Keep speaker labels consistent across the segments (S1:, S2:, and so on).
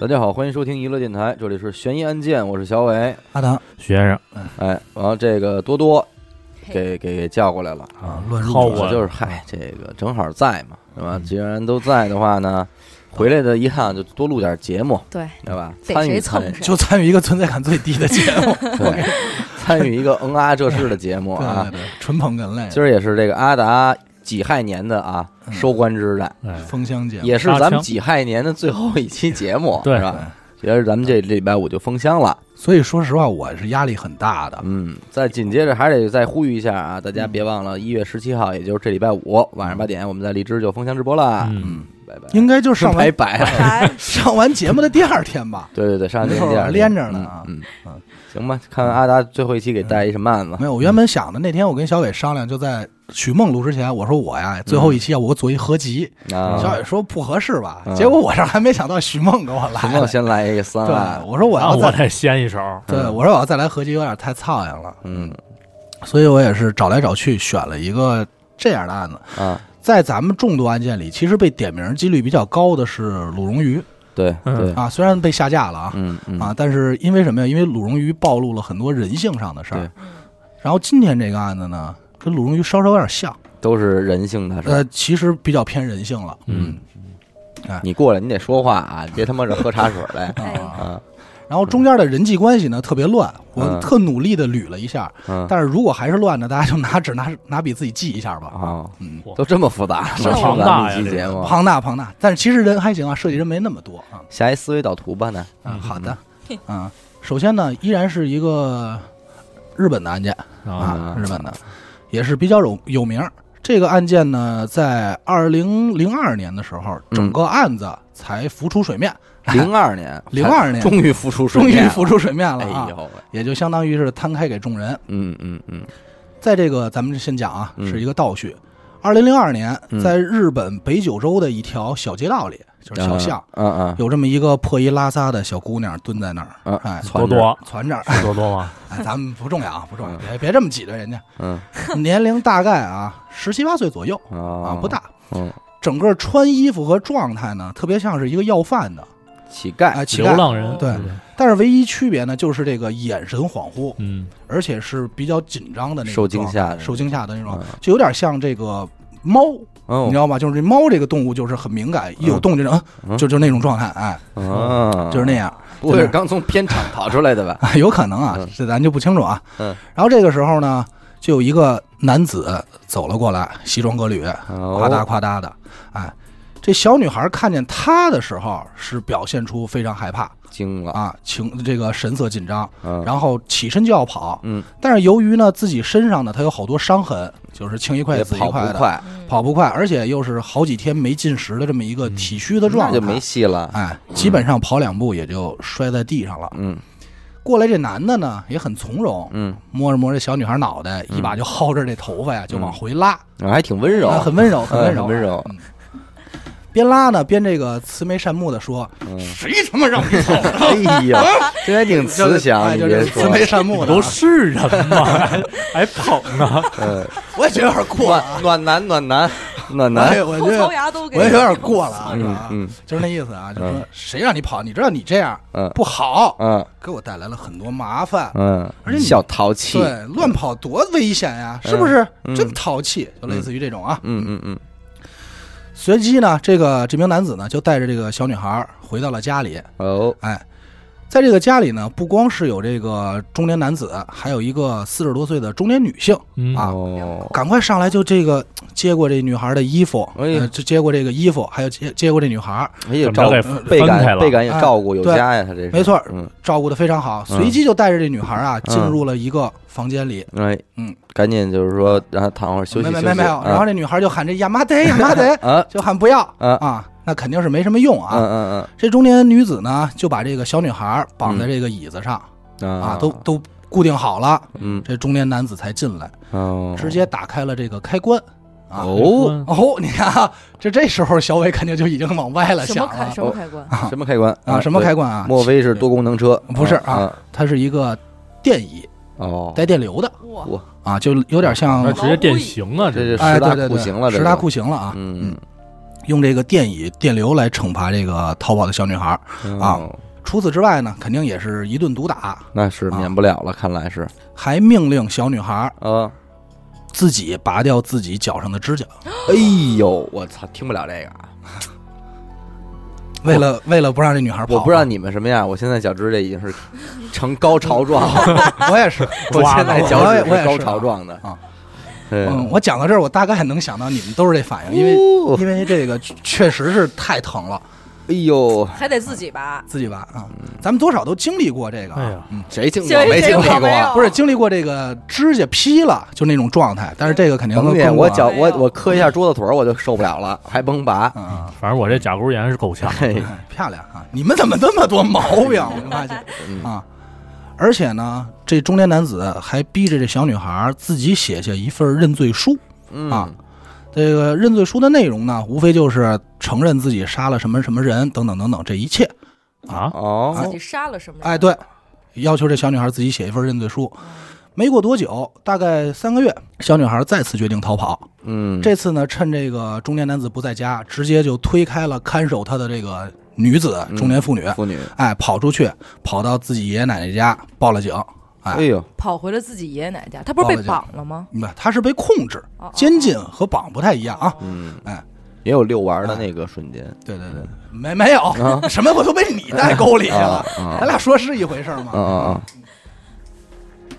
S1: 大家好，欢迎收听娱乐电台，这里是悬疑案件，我是小伟。
S2: 阿达
S3: 徐先生
S1: 哎，然后这个多多给给给叫过来了，
S2: 啊，乱入
S3: 好
S2: 主
S3: 我
S1: 我就是嗨，这个正好在嘛，是吧？既然都在的话呢，回来的一趟就多录点节目，
S4: 对，
S1: 对吧？
S4: 逮
S1: 参与
S4: 谁
S1: 参
S4: 蹭
S1: 与，
S4: 谁。
S2: 就参与一个存在感最低的节目，
S1: 对， 参与一个嗯啊这事的节目啊
S2: 对对。对，纯捧哏类，
S1: 今儿也是这个阿达己亥年的啊
S2: 嗯
S1: 收官之战，
S3: 哎，
S2: 封箱节目，
S1: 也是咱们己亥年的最后一期节目，
S3: 对
S1: 是吧？也是咱们这礼拜五就封箱了，
S2: 所以说实话，我是压力很大的。
S1: 嗯，再紧接着还得再呼吁一下啊，大家别忘
S2: 嗯
S1: 了一月十七号，也就是这礼拜五晚上八点，我们在荔枝就封箱直播啦，
S3: 嗯，
S1: 拜拜，
S2: 应该就是上
S1: 拜
S2: 完
S1: 拜 了，
S4: 来，
S2: 上完节目的第二天吧，
S1: 对对对，上链
S2: 没
S1: 接
S2: 错连着呢啊
S1: 嗯，嗯
S2: 嗯
S1: 行吧，看看阿达最后一期给带一什么案子
S2: 没，有。我原本想的那天，我跟小伟商量，就在许梦录之前，我说我呀，最后一期啊，我做一合集。
S1: 啊，
S2: 小伟说不合适吧
S1: 嗯，
S2: 结果我这儿还没想到许梦给我
S1: 什
S2: 来
S1: 么
S2: 了。
S1: 先来一个三啊
S2: 对
S1: 案，，
S2: 我说啊我
S3: 那
S2: 要
S3: 啊我
S2: 再，
S3: 得先一手，
S2: 对我说我要再来合集，有点太操心了，
S1: 嗯
S2: 所以我也是找来找去选了一个这样的案子。
S1: 啊，
S2: 在咱们众多案件里，其实被点名几率比较高的是鲁荣鱼
S1: 对
S3: 嗯
S1: 对，
S2: 啊，虽然被下架了啊、
S1: 嗯嗯
S2: 啊，但是因为什么呀？因为鲁荣鱼暴露了很多人性上的事
S1: 对
S2: 儿。然后今天这个案子呢，跟鲁荣鱼稍稍有点像，
S1: 都是人性的，是吧
S2: 呃，其实比较偏人性了。
S3: 嗯，
S1: 你过来，你得说话啊，别他妈是喝茶水 来
S2: 啊，
S1: 啊，
S2: 然后中间的人际关系呢特别乱，我
S1: 嗯
S2: 特努力的捋了一下，
S1: 嗯
S2: 但是如果还是乱的，大家就拿纸拿拿笔自己记一下吧。
S1: 啊，
S2: 嗯，
S1: 都这么复杂，
S3: 是
S1: 听
S3: 庞
S1: 咱
S3: 大
S1: 们
S3: 呀
S1: 一期
S3: 这个
S1: 节目，
S2: 庞大庞大，但是其实人还行啊，涉及人没那么多啊。
S1: 下一思维导图吧呢，
S2: 嗯，好的
S4: 嗯，
S2: 啊，首先呢，依然是一个日本的案件
S3: 啊，
S2: 啊，
S1: 嗯
S2: 日本的，也是比较有有名儿。这个案件呢，在二零零二年的时候，
S1: 嗯
S2: 整个案子才浮出水面，
S1: 零二年，
S2: 02年
S1: 终于浮出水
S2: 终
S1: 面
S2: 于
S1: 了，
S2: 浮出水面了
S1: 哎
S2: 啊
S1: 呦，喂，
S2: 也就相当于是摊开给众人。
S1: 嗯嗯嗯，
S2: 在这个咱们先讲啊，
S1: 嗯
S2: 是一个倒叙。二零零二年
S1: 嗯，
S2: 在日本北九州的一条小街道里，就是小巷，
S1: 嗯，嗯嗯
S2: 有这么一个破衣拉撒的小姑娘蹲在那儿，
S1: 嗯，
S2: 哎，
S1: 攒
S3: 多
S1: 着，
S3: 多
S2: 攒着，
S3: 是多多吗？
S2: 哎，咱们不重要啊，不重要，别别这么挤兑人家。
S1: 嗯
S2: 年龄大概啊十七八岁左右啊，
S1: 啊
S2: 不，大。
S1: 嗯，
S2: 整个穿衣服和状态呢，特别像是一个要饭的，
S1: 乞
S2: 哎，
S1: 丐，
S2: 乞
S3: 流
S2: 丐。
S3: 浪人，
S2: 对
S3: 对，
S2: 但是唯一区别呢，就是这个眼神恍惚，
S3: 嗯，
S2: 而且是比较紧张的那种
S1: 受惊吓的
S2: 状态受惊吓的那种
S1: 嗯，
S2: 就有点像这个猫，你
S1: 哦
S2: 知，道吗？就是这猫这个动物就是很敏感，一有动这种，
S1: 嗯
S2: 嗯就就那种状态，哎，
S1: 啊，
S2: 就是那，样。
S1: 不会是刚从片场逃出来的吧？
S2: 啊， 有可能啊
S1: 嗯，
S2: 这咱就不清楚啊。
S1: 嗯，
S2: 然后这个时候呢，就有一个男子走了过来，西装革履，
S1: 哦夸
S2: 夸大夸大的，哎。这小女孩看见他的时候，是表现出非常害怕
S1: 惊了，
S2: 啊，情这个神色紧张，
S1: 嗯，
S2: 然后起身就要跑。
S1: 嗯，
S2: 但是由于呢自己身上呢，她有好多伤痕，就是青一块
S1: 也
S2: 紫一
S1: 跑不
S2: 块的，
S1: 快，
S2: 跑不快，而且又是好几天没进食的这么一个体虚的状
S1: 嗯那
S2: 态，
S1: 就没戏了，
S2: 哎，基本上跑两步也就摔在地上了。
S1: 嗯
S2: 过来这男的呢也很从容，
S1: 嗯，
S2: 摸着摸着小女孩脑袋，一把就薅着这头发呀，就往回拉，
S1: 还挺温柔
S2: 啊，很温柔，很温
S1: 哎
S2: 柔，
S1: 嗯 很温柔
S2: 嗯。边拉呢边这个慈眉善目的说：“
S1: 嗯
S2: 谁他妈让你跑
S1: 哎呦，这还挺
S2: 就
S1: 慈
S2: 是
S1: 祥，
S2: 哎
S1: 你
S2: 就
S1: 别
S2: 是
S1: 说
S2: 慈，眉善目的啊，
S3: 都是人吗？ 还还捧呢？
S1: 嗯，
S2: 我也觉得有点过了啊，
S1: 暖暖男，暖男，暖
S2: 我
S1: 男，
S2: 也我
S4: 后
S2: 觉
S4: 槽
S2: 得
S4: 牙都给
S2: 我也有点过了啊，是吧
S1: 啊嗯
S2: 就是那意思啊，就说
S1: 嗯
S2: 谁让你跑？你知道你这样
S1: 嗯
S2: 不好，
S1: 嗯
S2: 给我带来了很多麻烦。
S1: 嗯，
S2: 而且你
S1: 小淘气，
S2: 对，乱跑多危险呀，是不是？真淘气，就类似于这种啊。
S1: 嗯嗯嗯
S2: 随即呢，这个这名男子呢就带着这个小女孩儿回到了家里。
S1: 哦，
S2: 哎，在这个家里呢，不光是有这个中年男子，还有一个四十多岁的中年女性。
S3: 嗯
S2: 啊
S1: 哦，
S2: 赶快上来就这个接过这女孩的衣服，
S1: 哎呀
S2: 呃就接过这个衣服，还有接接过这女孩，
S1: 哎呀，
S3: 怎么
S1: 照
S3: 着给
S1: 倍
S3: 分开
S1: 感
S3: 了
S1: 倍感也照顾有
S2: 哎对
S1: 加呀，他这嗯是
S2: 没错
S1: 嗯，
S2: 照顾的非常好。随即就带着这女孩啊进入了一个房间里，
S1: 哎，
S2: 嗯，
S1: 赶紧就是说让他躺会儿休息休
S2: 没没
S1: 息，嗯
S2: 没没有。然后这女孩就喊这亚麻得亚麻得，
S1: 啊，
S2: 就喊不要
S1: 啊
S2: 啊，那肯定是没什么用
S1: 啊嗯
S2: 啊。
S1: 嗯
S2: 这中年女子呢就把这个小女孩绑在这个椅子上
S1: 嗯
S2: 啊，都都固定好了。
S1: 嗯
S2: 这中年男子才进来，
S1: 哦，
S2: 直接打开了这个开关啊。
S3: 嗯
S1: 哦，
S2: 哦，你看啊，这这时候小伟肯定就已经往歪了
S4: 什么
S2: 想
S4: 开
S2: 了
S4: 什么开关？
S2: 啊
S1: 什么开关
S2: 啊，什么开？关
S1: 对
S2: 啊？
S1: 莫非是多功能车？
S2: 不是啊
S1: 啊，
S2: 它是一个电椅
S1: 哦，
S2: 带电流的
S4: 哇，
S1: 我
S2: 啊，就有点像
S3: 那直接变形啊，
S1: 这
S3: 这
S1: 是
S2: 哎，
S1: 十
S2: 对
S1: 大
S2: 对
S1: 酷
S2: 对，
S1: 刑了，这
S2: 十大
S1: 是
S2: 酷刑了啊，
S1: 嗯
S2: 用这个电椅电流来惩罚这个逃跑的小女孩儿。啊
S1: 嗯
S2: 除此之外呢，肯定也是一顿毒打，
S1: 那是免不了了，看来是
S2: 还命令小女孩儿
S1: 啊。
S2: 自己拔掉自己脚上的指甲，
S1: 哎呦，我操，听不了这个啊！
S2: 为了为了不让这女孩跑。
S1: 我不知道，你们什么样，我现在脚趾甲已经是呈高潮状，
S2: 啊我也是。
S1: 我
S3: 抓
S1: 现在
S3: 了
S1: 脚趾
S2: 我也我
S1: 是
S2: 也是
S1: 高潮状的
S2: 啊。
S1: 对，
S2: 嗯，我讲到这儿，我大概能想到你们都是这反应，因为
S1: 哦
S2: 因为这个确实是太疼了，
S1: 哎呦，
S4: 还得自己拔。
S2: 自己拔啊，
S1: 嗯
S2: 咱们多少都经历过这个啊。
S3: 哎呀
S2: 嗯，
S1: 谁经历
S4: 谁
S1: 没经历
S4: 谁我
S1: 过
S4: 没有
S1: 啊？
S2: 不是经历过这个指甲劈了，就那种状态，但是这个肯定
S1: 甭
S2: 跟
S1: 介，我脚
S4: 啊
S1: 我我磕一下桌子腿儿我就受不了了，还甭 拔。
S2: 嗯，
S3: 反正我这甲沟炎是够呛。
S1: 嘿，
S2: 哎漂亮啊！你们怎么这么多毛病？我发现
S1: 嗯
S2: 啊，而且呢，这中年男子还逼着这小女孩自己写下一份认罪书。
S1: 嗯
S2: 啊这个认罪书的内容呢，无非就是承认自己杀了什么什么人，等等等等，这一切。
S3: 啊，
S4: 自
S1: 哦，
S4: 己杀了什么人？
S2: 哎，对，要求这小女孩自己写一份认罪书。没过多久，大概三个月，小女孩再次决定逃跑。
S1: 嗯，
S2: 这次呢，趁这个中年男子不在家，直接就推开了看守他的这个女子中年妇女，
S1: 妇女，
S2: 哎，跑出去，跑到自己爷爷奶奶家报了警。哎
S1: 哎呦，
S4: 跑回了自己爷爷奶奶家，他不是被绑了吗？
S2: 明白，他嗯是被控制
S4: 哦哦，
S2: 监禁和绑不太一样啊。
S1: 嗯，
S2: 哎，
S1: 也有遛弯儿的那个瞬间，
S2: 对对啊对，没没有， 什么我都被你带沟里去了。哎
S1: 啊啊
S2: 咱俩说是一回事儿
S1: 嗯
S2: 吗？
S1: 嗯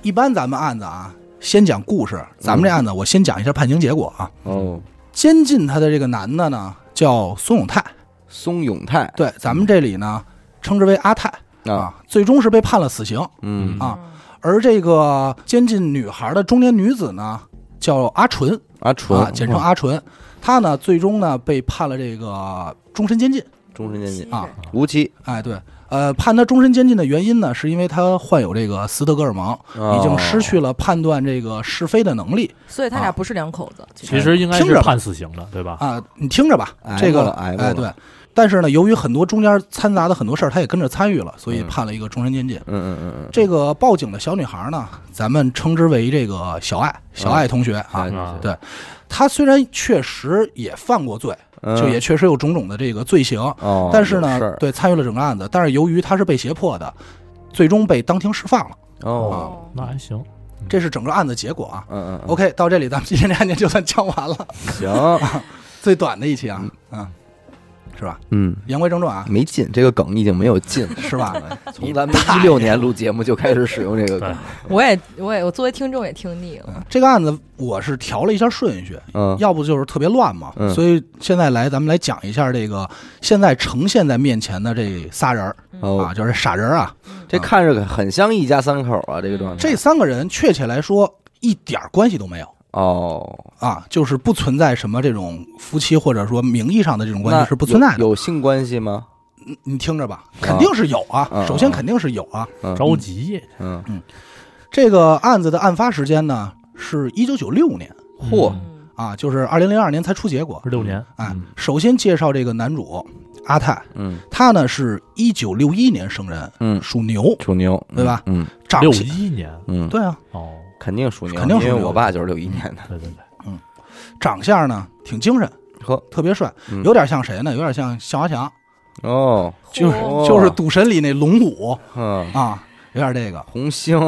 S2: 一般咱们案子啊，先讲故事。咱们这案子，我先讲一下判刑结果啊。
S1: 嗯，哦，
S2: 监禁他的这个男的呢，叫孙永泰，
S1: 松永泰
S2: 对，咱们这里呢称之为阿泰
S1: 哎啊，
S2: 啊，最终是被判了死刑。
S1: 嗯，
S2: 啊，而这个监禁女孩的中年女子呢，叫阿纯
S1: 阿纯嗯
S2: 啊，，简称阿纯，她呢最终呢被判了这个终身监禁。
S1: 终身监禁，
S2: 啊
S1: 无期，
S2: 哎，对，呃，判她终身监禁的原因呢，是因为她患有这个斯德哥尔摩，
S1: 哦
S2: 已经失去了判断这个是非的能力
S4: 所以他俩不是两口子。其
S3: 其实应该
S2: 听
S3: 是
S2: 着吧
S3: 判死刑的，对吧？
S2: 啊。你听着吧
S1: 挨，
S2: 这
S1: 过
S2: 个
S1: 了挨过
S2: 哎
S1: 了
S2: 对，但是呢，由于很多中间掺杂的很多事儿，她也跟着参与了，所以
S1: 嗯
S2: 判了一个终身监禁。
S1: 嗯嗯嗯
S2: 这个报警的小女孩呢，咱们称之为这个小爱，小爱同学啊。
S1: 嗯，
S3: 啊，
S2: 对她虽然确实也犯过罪，
S1: 嗯
S2: 就也确实有种种的这个罪行，
S1: 哦，
S2: 但是
S1: 有事
S2: 呢，
S1: 儿
S2: 对参与了整个案子，但是由于她是被胁迫的，最终被当庭释放了，
S1: 哦，
S2: 啊
S3: 那还行。
S2: 这是整个案子结果啊。
S1: 嗯嗯嗯
S2: OK，到这里咱们今天这案件就算讲完了，
S1: 行，
S2: 最短的一期啊，嗯，是吧？
S1: 嗯，
S2: 言归正传啊，
S1: 没劲，这个梗已经没有劲了。
S2: 是吧？
S1: 从 咱们一六年录节目就开始使用这个
S3: 哎
S1: 梗，
S4: 我也我也我作为听众也听腻了。
S2: 嗯这个案子我是调了一下顺序，
S1: 嗯，
S2: 要不就是特别乱嘛，
S1: 嗯
S2: 所以现在来咱们来讲一下这个现在呈现在面前的这仨人儿、
S1: 哦
S2: 啊，，就是傻人儿啊，
S1: 这看着很像一家三口啊，这个状态。
S2: 这三个人确切来说一点儿关系都没有
S1: 哦，
S2: 啊，就是不存在什么这种夫妻或者说名义上的这种关
S1: 那
S2: 系是不存在的。
S1: 有有性关系吗？
S2: 你听着吧，肯定是有啊，
S1: 啊
S2: 首先肯定是有啊。
S1: 嗯
S3: 着急，
S1: 嗯，
S2: 这个案子的案发时间呢是一九九六年
S1: 嚯，
S4: 嗯
S2: 啊，就是二零零二年才出结果。
S3: 二六年，嗯
S2: 哎，首先介绍这个男主阿泰，
S1: 嗯
S2: 他呢是一九六一年生人，
S1: 嗯，
S2: 属牛，
S1: 属牛，
S2: 对吧
S1: 嗯？
S2: 长
S3: 六
S2: 相
S3: 一年
S1: 嗯嗯，
S2: 对啊，
S3: 哦，
S1: 肯定属牛，
S2: 肯定属
S1: 因
S2: 牛
S1: 为我爸就是六一年的。
S3: 对对对，
S2: 长相呢挺精神，
S1: 呵，
S2: 特别帅
S1: 嗯，
S2: 有点像谁呢？有点像向华强，
S1: 哦，
S2: 就是
S4: 嚯
S2: 就是赌神里那龙五
S1: 嗯，
S2: 啊，有点这个。
S1: 红星，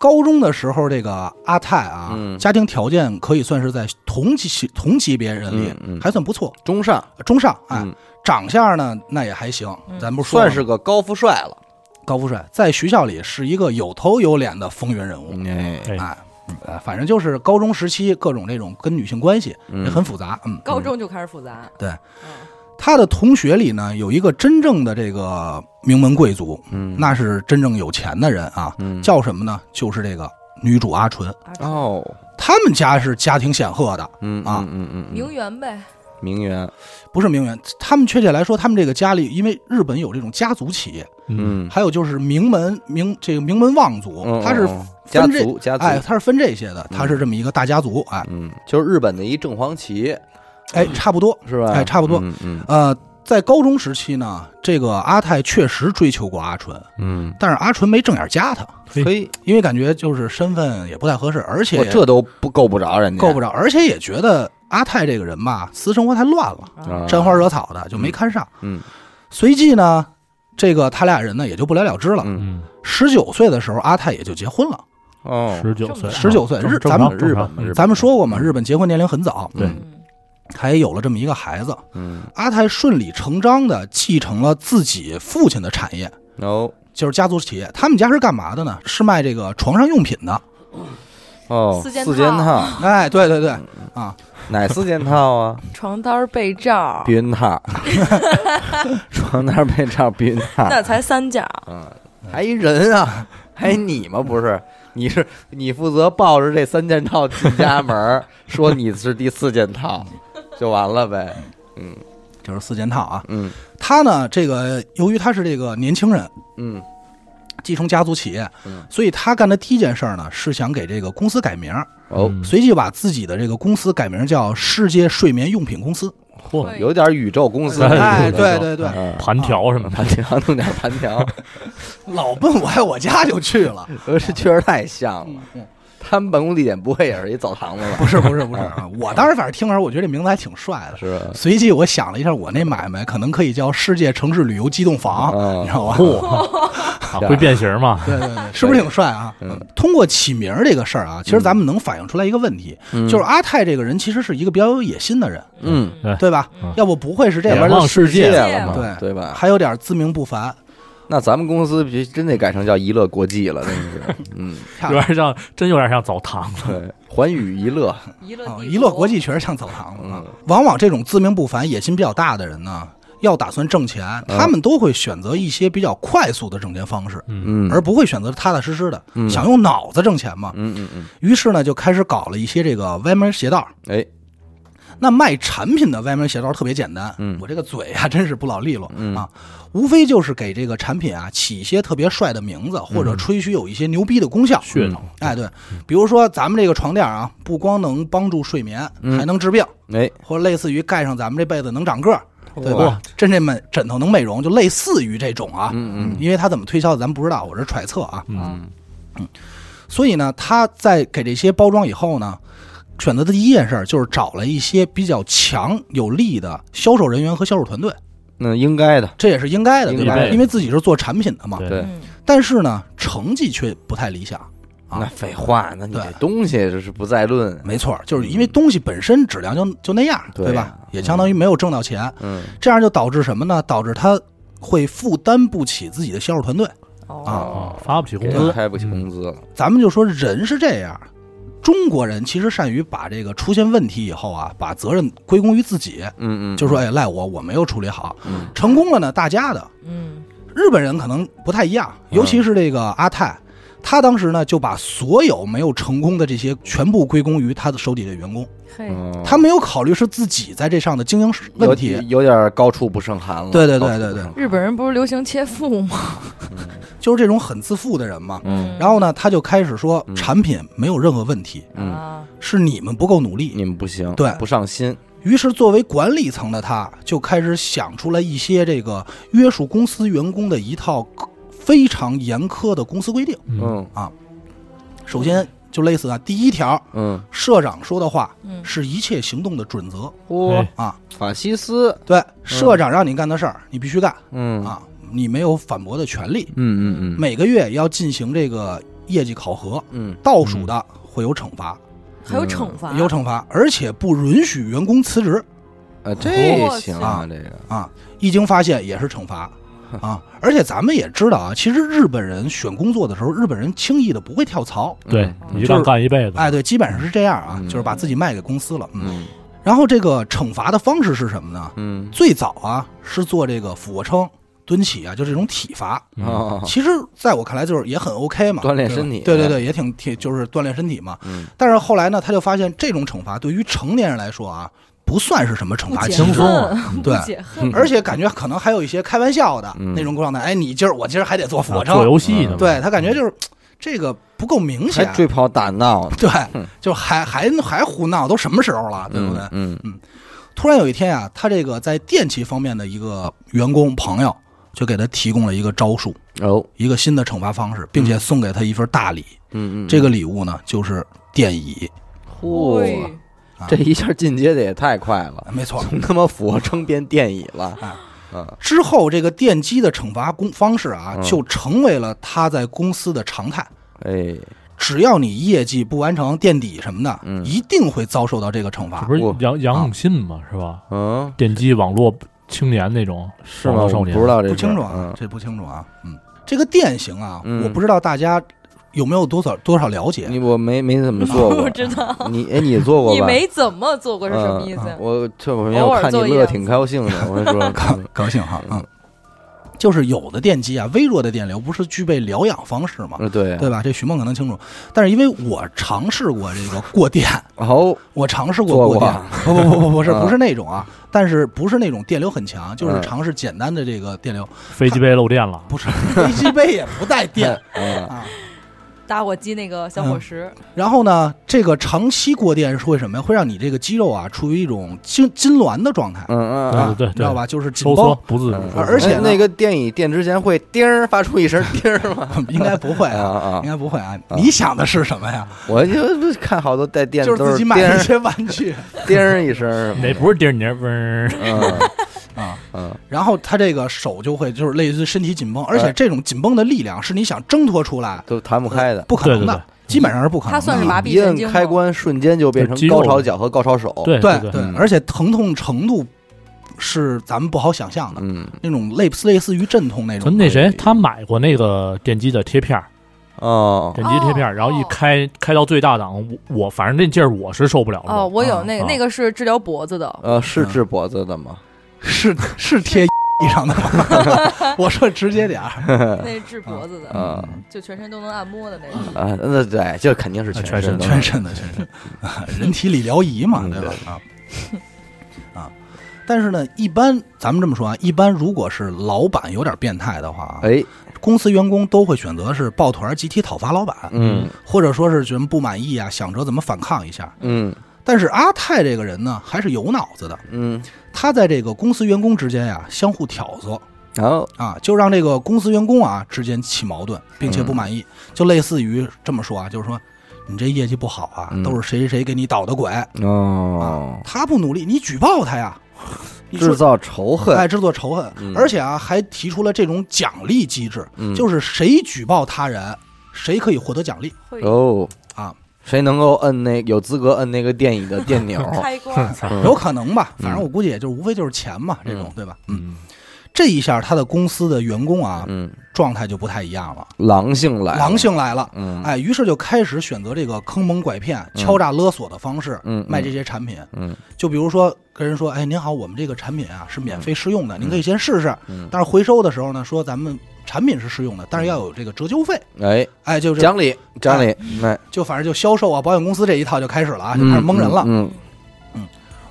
S2: 高中的时候，这个阿泰啊，
S1: 嗯
S2: 家庭条件可以算是在同级同级别人里、
S1: 嗯嗯
S2: 还算不错，
S1: 中上，
S2: 中上。哎，
S1: 嗯，
S2: 长相呢那也还行，
S4: 嗯
S2: 咱不说
S1: 算是个高富帅了。
S2: 高富帅，在学校里是一个有头有脸的风云人物。
S1: 哎，
S3: 哎
S2: 哎，呃，反正就是高中时期各种这种跟女性关系也
S1: 嗯
S2: 很复杂。嗯，
S4: 高中就开始复杂。
S2: 对
S4: 嗯，
S2: 他的同学里呢有一个真正的这个名门贵族，
S1: 嗯
S2: 那是真正有钱的人啊，
S1: 嗯
S2: 叫什么呢？就是这个女主阿纯，
S4: 啊
S1: 哦，
S2: 他们家是家庭显赫的，
S1: 嗯
S2: 啊
S1: 嗯嗯
S4: 名媛呗，
S1: 名媛，
S2: 不是名媛。他们确切来说，他们这个家里，因为日本有这种家族企业，
S1: 嗯，
S2: 还有就是名门名这个名门望族
S1: 嗯，
S2: 他是
S1: 嗯嗯家
S2: 分这
S1: 族家族，
S2: 哎，他是分这些的，他是这么一个大家族，哎
S1: 嗯，就是日本的一正黄旗，
S2: 哎，差不多。
S1: 是吧？
S2: 哎差不多
S1: 嗯嗯
S2: 呃，在高中时期呢，这个阿泰确实追求过阿纯，
S1: 嗯，
S2: 但是阿纯没正眼加他，
S1: 可以，
S2: 因为感觉就是身份也不太合适，而且
S1: 我这都不够不着人家，
S2: 够不着，而且也觉得阿泰这个人吧，私生活太乱了，
S1: 啊
S4: 嗯
S2: 沾花惹草的就没看上。
S1: 嗯
S2: 随即呢，这个他俩人呢也就不了了之了。
S1: 嗯
S3: 嗯，
S2: 十九岁的时候，阿泰也就结婚了。
S1: 哦，
S3: 十九岁，啊
S2: 19岁
S3: 正
S2: 日
S3: 正
S2: 咱们
S3: 常
S1: 日本
S3: 正常嗯
S1: 的日本嗯
S2: 咱们说过嘛，日本结婚年龄很早，
S3: 对
S4: 嗯
S2: 还有了这么一个孩子。
S1: 嗯
S2: 阿泰顺理成章的继承了自己父亲的产业，
S1: 哦
S2: 就是家族企业。他们家是干嘛的呢？是卖这个床上用品的。
S1: 哦
S4: 四件
S1: 四件
S4: 套
S1: 套，
S2: 哎，对对对，
S1: 嗯
S2: 啊，
S1: 哪四件套啊？
S4: 床单儿被罩
S1: 避，孕 套，床单被罩避孕套，
S4: 那才三角。
S1: 嗯，还一人啊，还你吗？不是，你是你负责抱着这三件套进家门 儿，说你是第四件套，就完了呗。嗯
S2: 就是四件套啊。
S1: 嗯
S2: 他呢，这个由于他是这个年轻人，
S1: 嗯
S2: 继承家族企业
S1: 嗯，
S2: 所以他干的第一件事儿呢，是想给这个公司改名儿，
S1: 哦，
S3: 嗯
S2: 随即把自己的这个公司改名叫世界睡眠用品公司。
S3: 嚯，
S1: 有点宇宙公司，
S2: 哎，
S3: 哎
S2: 对对对，
S1: 嗯，
S3: 盘条什么的，
S1: 盘条弄点盘 条，
S2: 老奔我爱我家就去了。
S1: 呃是确实太像了。
S2: 嗯
S1: 他们办公地点不会也是一澡堂子吧？
S2: 不是不是不是啊，我当时反正听会儿，我觉得这名字还挺帅的。
S1: 是吧
S2: 随即我想了一下，我那买卖可能可以叫世界城市旅游机动房，
S1: 嗯
S2: 你知道吧？
S3: 嚯， 啊会变形嘛？
S2: 对对对，是不是挺帅啊？
S1: 嗯
S2: 通过起名儿这个事儿啊，其实咱们能反映出来一个问题，就是阿泰这个人其实是一个比较有野心的人，
S1: 嗯，
S2: 对吧？
S3: 嗯
S2: 要不不会是这
S3: 野
S2: 样
S1: 玩
S3: 望，
S1: 到世界了嘛，
S2: 对
S1: 对吧？
S2: 还有点自命不凡。
S1: 那咱们公司必须真得改成叫一乐国际了，真 是，嗯，
S2: 看
S3: 有点像，真有点像澡堂子。
S1: 对，环宇一乐，
S4: 娱乐
S2: 啊，
S4: 帝
S2: 一乐
S4: 国
S2: 国际确实像澡堂子啊
S1: 嗯。
S2: 往往这种自命不凡、野心比较大的人呢，要打算挣钱，他们都会选择一些比较快速的挣钱方式，
S1: 嗯，
S2: 而不会选择踏踏实实的
S1: 嗯
S2: 想用脑子挣钱嘛。
S1: 嗯嗯嗯，
S2: 于是呢，就开始搞了一些这个歪门邪道。
S1: 哎，
S2: 那卖产品的歪门邪道特别简单，
S1: 嗯
S2: 我这个嘴啊真是不老利落、啊，无非就是给这个产品啊起一些特别帅的名字，或者吹嘘有一些牛逼的功效。
S3: 噱头，
S2: 哎，对，比如说咱们这个床垫啊，不光能帮助睡眠，还能治病，
S1: 哎，
S2: 或者类似于盖上咱们这被子能长个儿，对吧
S3: 哇？
S2: 真这美枕头能美容，就类似于这种啊。
S1: 嗯嗯
S2: 因为他怎么推销的咱不知道，我是揣测啊。
S3: 嗯，
S2: 所以呢，他在给这些包装以后呢，选择的第一件事儿就是找了一些比较强有力的销售人员和销售团队，
S1: 那应该的，
S2: 这也是应该的，
S1: 应
S2: 对
S3: 该
S2: 吧？
S3: 的
S2: 因为自己是做产品的嘛。
S3: 对
S1: 啊
S3: 啊
S1: 对，
S4: 嗯
S2: 但是呢，成绩却不太理想。啊
S1: 那废话，那你
S2: 对
S1: 这东西这是不再论，
S2: 没错，就是因为东西本身质量就就那样，
S1: 对
S2: 对吧？也相当于没有挣到钱，
S1: 嗯，
S2: 这样就导致什么呢？导致他会负担不起自己的销售团队。
S4: 哦，
S1: 哦
S3: 啊，发不起工
S1: 给
S3: 资嗯
S1: 他，开不起工资了，
S2: 咱们就说人是这样，中国人其实善于把这个出现问题以后啊，把责任归功于自己，
S1: 嗯嗯，
S2: 就说哎赖我，我没有处理好，
S1: 嗯
S2: 成功了呢大家的。
S4: 嗯，
S2: 日本人可能不太一样，尤
S1: 嗯
S2: 其是这个阿泰，他当时呢就把所有没有成功的这些全部归功于他的手底下的员工，
S4: 嘿，
S1: 嗯，
S2: 他没有考虑是自己在这上的经营问题
S1: 有，有点高处不胜寒了，
S2: 对对对
S1: 高处不
S2: 对对
S1: 胜寒
S4: 日本人不是流行切腹吗？
S2: 就是这种很自负的人嘛。
S1: 嗯，
S2: 然后呢，他就开始说
S1: 嗯
S2: 产品没有任何问题，
S1: 嗯
S4: 啊，
S2: 是你们不够努力，
S1: 你们不行，
S2: 对
S1: 不上心，
S2: 于是，作为管理层的他，就开始想出了一些这个约束公司员工的一套非常严苛的公司规定。
S3: 嗯，
S1: 嗯
S2: 首先就类似啊，第一条，
S1: 嗯，
S2: 社长说的话
S4: 嗯
S2: 是一切行动的准则
S1: 嚯
S3: 哎，
S2: 啊。
S1: 法西斯，
S2: 对，社长让你干的事儿，你必须干
S1: 嗯
S2: 啊，你没有反驳的权利。
S1: 嗯嗯嗯
S2: 每个月要进行这个业绩考核，
S1: 嗯，
S2: 倒数的会有惩罚，
S4: 还有惩罚，
S2: 嗯有惩罚，而且不允许员工辞职。
S1: 啊，这
S4: 哇
S1: 行
S2: 哦塞
S1: 啊，这个，
S2: 啊，一经发现也是惩罚 啊。而且咱们也知道啊，其实日本人选工作的时候，日本人轻易的不会跳槽。
S3: 对
S1: 嗯，
S3: 你就干干一辈子，
S2: 哎，对，基本上是这样啊，
S1: 嗯
S2: 就是把自己卖给公司了。嗯，
S1: 嗯
S2: 然后这个惩罚的方式是什么呢？
S1: 嗯，
S2: 最早啊是做这个俯卧撑、蹲起啊，就这种体罚。
S3: 嗯
S1: 哦，
S2: 其实，在我看来，就是也很 OK 嘛，
S1: 锻炼
S2: 对吧
S1: 身体
S2: 对对对，也挺挺就是锻炼身体嘛。
S1: 嗯
S2: 但是后来呢，他就发现这种惩罚对于成年人来说啊，不算是什么惩
S4: 不
S2: 罚
S4: 解
S2: 机制，
S3: 轻松
S4: 恨，不
S2: 对
S4: 解恨，
S2: 而且感觉可能还有一些开玩笑的、
S1: 嗯
S2: 那种状态。哎，你今儿我今儿还得做俯卧
S3: 啊做
S2: 撑，
S3: 游戏呢嘛，
S2: 对他感觉就是这个不够明
S1: 还
S2: 显，
S1: 追跑打闹呢，
S2: 对，就还还还胡闹，都什么时候了，对不对？
S1: 嗯，嗯
S2: 突然有一天啊，他这个在电器方面的一个员工朋友就给他提供了一个招数，
S1: 哦，
S2: 一个新的惩罚方式，并且送给他一份大礼。
S1: 嗯嗯，
S2: 这个礼物呢，就是电椅。
S4: 哎
S1: 嚯，
S4: 嘿
S1: 这一下进阶的也太快了，
S2: 没错。
S1: 从他妈俯卧撑变电椅了
S2: 啊。
S1: 嗯
S2: 之后，这个电击的惩罚公方式啊，
S1: 嗯
S2: 就成为了他在公司的常态。
S1: 哎，
S2: 只要你业绩不完成、垫底什么的，
S1: 嗯
S2: 一定会遭受到这个惩
S3: 这
S2: 罚
S3: 不。是
S1: 啊我
S3: 杨杨永信吗？是吧？
S1: 嗯，
S3: 电击网络青年那种
S1: 是
S3: 网
S1: 吗？
S3: 络
S1: 我
S3: 少
S1: 不
S3: 年，
S1: 知道这
S2: 不清楚
S1: 事儿
S2: 啊，这不清楚啊。嗯，这个电刑啊，
S1: 嗯
S2: 我不知道大家有没有多少多少了
S1: 嗯
S2: 解。啊
S1: 你我没没怎么做
S4: 我
S1: 过，
S4: 知道。
S1: 你哎你做过
S4: 你
S1: 吧？嗯
S4: 没怎么做过是什么意思？
S1: 我这我
S4: 偶
S1: 我
S4: 尔
S1: 看你
S4: 做一
S1: 乐
S4: 两
S1: 挺
S4: 次
S1: 高兴的，我跟你说，
S2: 高高兴哈啊，就是有的电击啊，微弱的电流不是具备疗养方式吗？
S1: 嗯，对，
S2: 对吧？这徐梦可能清楚，但是因为我尝试过这个过电，
S1: 好，
S2: 我尝试
S1: 做
S2: 过
S1: 过
S2: 过电，不 不不不不是
S1: 啊
S2: 不是那种啊，但是不是那种电流很强，就是
S1: 嗯
S2: 尝试简单的这个电流，
S3: 飞机杯漏电了，
S2: 不 是飞机杯也不带电
S1: 嗯，
S2: 啊。
S4: 打火机那个小火石，
S2: 然后呢，这个长期过电是会什么呀？会让你这个肌肉啊处于一种痉痉挛的状态，
S1: 嗯嗯
S3: 对
S2: 啊，
S3: 对对
S2: 你知道吧？就是紧
S3: 收缩
S2: 绷，
S3: 不自主
S1: 嗯，，
S2: 而而且呢
S1: 那个电椅电之前会叮儿发出一声叮儿吗？
S2: 应该不 会
S1: 啊
S2: 啊，
S1: 啊
S2: 应！该不会啊。你想的是什么呀？
S1: 我就不是看好多带电
S2: 就
S1: 的
S2: 是
S1: 都
S2: 自己
S1: 叮
S2: 买的一
S1: 儿
S2: 些玩 具
S1: 叮儿一声儿，
S3: 那不是叮儿，你那嗡，
S1: 嗯
S2: 啊，
S1: 嗯哎
S2: 然后他这个手就会就是类似于身体紧绷，而且这种紧绷的力量是你想挣脱出来
S1: 都弹不开的。
S2: 不可能
S3: 对对
S2: 的，基本上是不可能的。
S4: 它算是麻
S1: 一
S4: 痹
S1: 摁
S4: 神经吗
S1: 开关，瞬间就变成
S3: 肌肉
S1: 高潮脚和高潮手。，
S3: 对
S2: 对
S3: 对，
S1: 嗯
S2: 而且疼痛程度是咱们不好想象的，
S1: 嗯
S2: 那种类似类似于阵痛那
S3: 咱
S2: 种。
S3: 那谁他买过那个电击的贴片儿，
S1: 哦，
S3: 电击贴片儿，
S4: 哦
S3: 然后一开开到最大档，我我反正那劲儿我是受不了了。
S4: 哦，我有那个
S3: 啊
S4: 那个是治疗脖子的，
S1: 呃，是治脖子的吗？
S2: 是是贴 衣上的吗？ 我说直接点儿，
S4: 那是治脖子的，
S1: 啊
S4: 就全身都能按摩的那种。
S1: 啊，那对，这肯定是
S3: 全
S1: 身
S3: 身
S1: 的
S2: 全身的全身， 啊人体理疗仪嘛，
S1: 嗯
S2: 对吧？啊啊，但是呢，一般咱们这么说啊，一般如果是老板有点变态的话啊，
S1: 哎，
S2: 公司员工都会选择是抱团集体讨伐老板，
S1: 嗯
S2: 或者说是觉得不满意啊，想着怎么反抗一下。
S1: 嗯
S2: 但是阿泰这个人呢，还是有脑子的，
S1: 嗯，
S2: 他在这个公司员工之间呀、相互挑唆
S1: 然后
S2: 啊，就让这个公司员工啊之间起矛盾，并且不满意，
S1: 嗯
S2: 就类似于这么说啊，就是说你这业绩不好啊，
S1: 嗯
S2: 都是谁谁谁给你捣的鬼，
S1: 哦，
S2: 他不努力，你举报 他呀，你
S1: 制
S2: 说
S1: 造仇
S2: 哎
S1: 恨，
S2: 制作仇恨，
S1: 嗯
S2: 而且啊还提出了这种奖励机制，
S1: 嗯
S2: 就是谁举报他人，谁可以获得奖励
S4: 会
S1: 哦
S2: 啊，
S1: 谁能够摁那有资格摁那个电椅的电 钮？
S4: 开关，
S1: 嗯
S2: 有可能吧，
S1: 嗯
S2: 反正我估计也就无非就是钱嘛，这种
S1: 嗯
S2: 对吧？嗯，
S3: 嗯，
S2: 这一下他的公司的员工啊
S1: 嗯，
S2: 状态就不太一样了，
S1: 狼性来，
S2: 狼，性来了。
S1: 嗯
S2: 哎，于是就开始选择这个坑蒙拐骗、
S1: 嗯
S2: 敲诈勒索的方式
S1: 嗯，
S2: 卖这些产品。
S1: 嗯
S2: 就比如说跟人说：“哎，您好，我们这个产品啊是免费试用的，您可以先试试。
S1: 嗯，
S2: 但是回收的时候呢，说咱们产品是试用的，但是要有这个折旧费。
S1: 哎，”
S2: 哎，就这
S1: 讲理讲理，哎，
S2: 就反正就销售啊，保险公司这一套就开始了啊，就开始蒙人了。
S1: 嗯，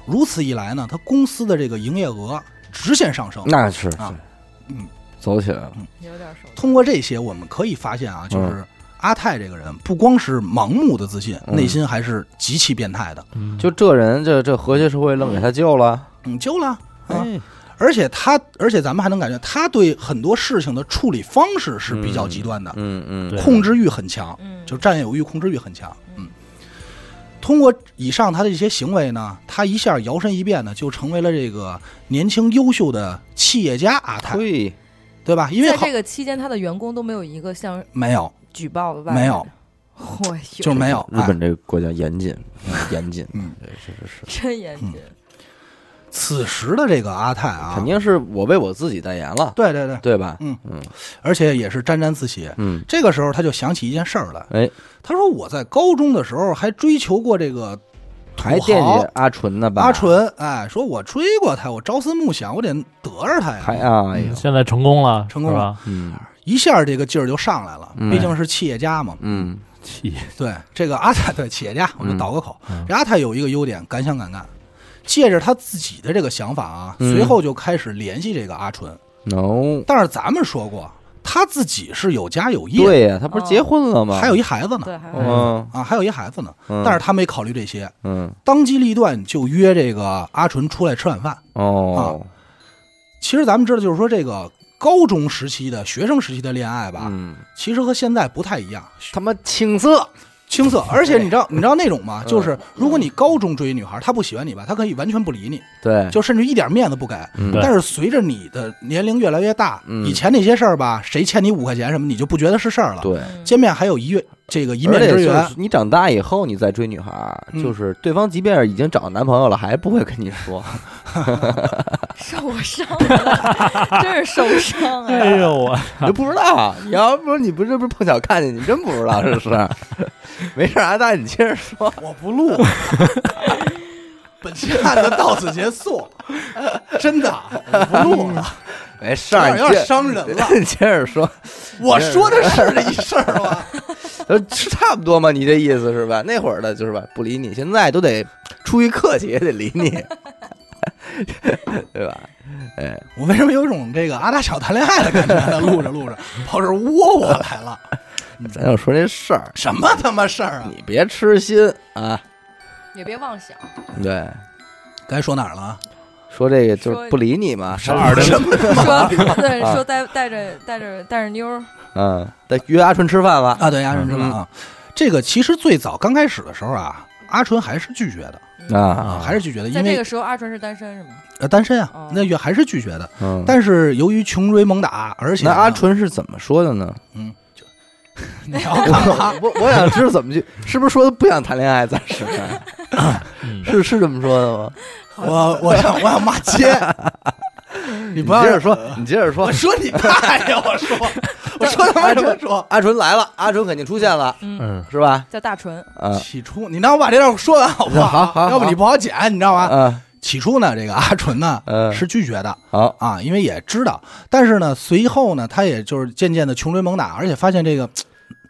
S2: 如此一来呢，他公司的这个营业额直线上升。
S1: 那是
S2: 啊
S1: 是，
S2: 嗯，
S1: 走起来了，
S4: 有点手。
S2: 通过这些，我们可以发现啊，就是阿泰这个人不光是盲目的自信，
S1: 嗯
S2: 内心还是极其变态的。
S3: 嗯
S1: 就这人，这这和谐社会愣给他救了，
S2: 嗯，救了。啊
S1: 哎，
S2: 而且他，而且咱们还能感觉他对很多事情的处理方式是比较极端的，
S1: 嗯嗯，
S3: 对
S2: 控制欲很强，
S4: 嗯，
S2: 就占有欲、控制欲很强。嗯，通过以上他的这些行为呢，他一下摇身一变呢，就成为了这个年轻优秀的企业家阿泰，
S1: 嘿，
S2: 对吧？因为
S4: 在
S2: 好
S4: 这个期间，他的员工都没有一个像
S2: 没有
S4: 举报的外
S2: 没有，，
S4: 我有，
S2: 就是没有
S1: 日
S2: 哎
S1: 本这个国家严谨，严谨，
S2: 嗯
S1: 对，是是是，
S4: 真严谨。
S2: 此时的这个阿泰啊，
S1: 肯定是我为我自己代言了，
S2: 对对对，
S1: 对吧？
S2: 而且也是沾沾自喜。
S1: 嗯，
S2: 这个时候他就想起一件事儿来，
S1: 哎，
S2: 他说我在高中的时候还追求过这个
S1: 还
S2: 土
S1: 惦记
S2: 豪
S1: 阿纯呢吧？
S2: 阿，纯，哎，说我追过他，我朝思暮想，我得得着他
S1: 还
S2: 呀。
S1: 哎呀，
S3: 现在成功了，
S2: 成功了
S3: 是吧，
S1: 嗯
S2: 一下这个劲儿就上来了，
S1: 嗯
S2: 毕竟是企业家嘛。
S1: 嗯，
S3: 气
S2: 对这个阿泰，对企业家，我就倒个口。
S3: 嗯
S2: 这阿泰有一个优点，敢想敢干。借着他自己的这个想法啊，
S1: 嗯
S2: 随后就开始联系这个阿纯。
S1: no，
S2: 但是咱们说过，他自己是有家有业，
S1: 对呀，他不是结婚了吗？
S2: 啊还有一孩子呢。
S4: 对，还有
S1: 嗯，
S2: 啊，还有一孩子呢，
S1: 嗯
S2: 但是他没考虑这些，
S1: 嗯
S2: 当机立断就约这个阿纯出来吃晚饭。
S1: 哦，
S2: 啊其实咱们知道，就是说这个高中时期的学生时期的恋爱吧，
S1: 嗯，
S2: 其实和现在不太一样。
S1: 他妈青涩，
S2: 青涩。而且你知道，你知道那种吗？
S1: 嗯
S2: 就是如果你高中追女孩，她不喜欢你吧，她可以完全不理你，
S1: 对，
S2: 就甚至一点面子不给。
S1: 嗯
S3: 对
S2: 但是随着你的年龄越来越大，
S1: 嗯
S2: 以前那些事儿吧，谁欠你五块钱什么，你就不觉得是事儿了。
S1: 对，
S4: 嗯
S2: 见面还有一月这个一
S1: 而
S2: 面
S1: 且
S2: 之
S1: 就
S2: 缘
S1: 是，你长大以后，你再追女孩儿，
S2: 嗯
S1: 就是对方即便是已经找男朋友了，还不会跟你 说。
S4: 受我伤了， 真是受伤啊！
S3: 哎呦我，
S1: 你就不知道，你要不是你不是不是碰巧看见，你真不知道是不 是？没事啊，大爷，你接着说。
S2: 我不录。本期案子到此结束， 真的我不录了，
S1: 没事儿，嗯
S2: 这
S1: 你
S2: 有点
S1: 接
S2: 伤人 了。
S1: 你接着说，
S2: 我说的是这一事儿吗？
S1: 呃是差不多嘛？你这意思是吧？那会儿的就是吧，不理你，现在都得出于客气也得理 你，对吧？哎，
S2: 我为什么有一种这个阿大小谈恋爱的感觉 呢？录着录着跑这儿窝我来了，嗯
S1: 咱就说这事儿，
S2: 什么他妈事儿啊？
S1: 你别痴心啊。
S4: 也别妄想，
S1: 对，
S2: 该说哪儿了啊？
S1: 说这个就是不理你嘛，
S3: 说二的
S2: 什么
S4: 说对
S1: 啊
S4: 说带带着带着带着妞儿，
S1: 嗯，得约阿春吃饭了。
S2: 啊？对，阿顺知道
S1: 嗯
S2: 啊。这个其实最早刚开始的时候啊，阿纯还是拒绝的
S1: 啊，
S2: 啊，还是拒绝的，
S4: 嗯在
S2: 因
S4: 这
S2: 为
S4: 个时候阿纯是单身是吗？
S2: 呃单身啊
S4: 哦，
S2: 那也还是拒绝的。
S1: 嗯，
S2: 但是由于穷追猛打，而且
S1: 那
S2: 呢
S1: 阿，纯是怎么说的呢？
S2: 嗯，就你要干嘛？
S1: 我我想知道怎么去，是不是说的不想谈恋爱暂时？啊
S3: 嗯
S1: 是是这么说的吗？
S2: 我我想我想 骂街，你不要
S1: 接着说，你接着说
S2: 我。说你大爷！我 说，我说他妈什么说？
S1: 阿纯来了，阿纯肯定出现了，
S4: 嗯，
S3: 嗯，
S1: 是吧？
S4: 叫大纯，
S1: 嗯
S2: 起初，你让我把这段说完好不
S1: 好好好
S2: 要不你不好剪，你知道吗？
S1: 嗯
S2: 起初呢，这个阿纯呢
S1: 嗯，
S2: 是拒绝的
S1: 好，
S2: 啊，因为也知道，但是呢，随后呢，他也就是渐渐的穷追猛打，而且发现这个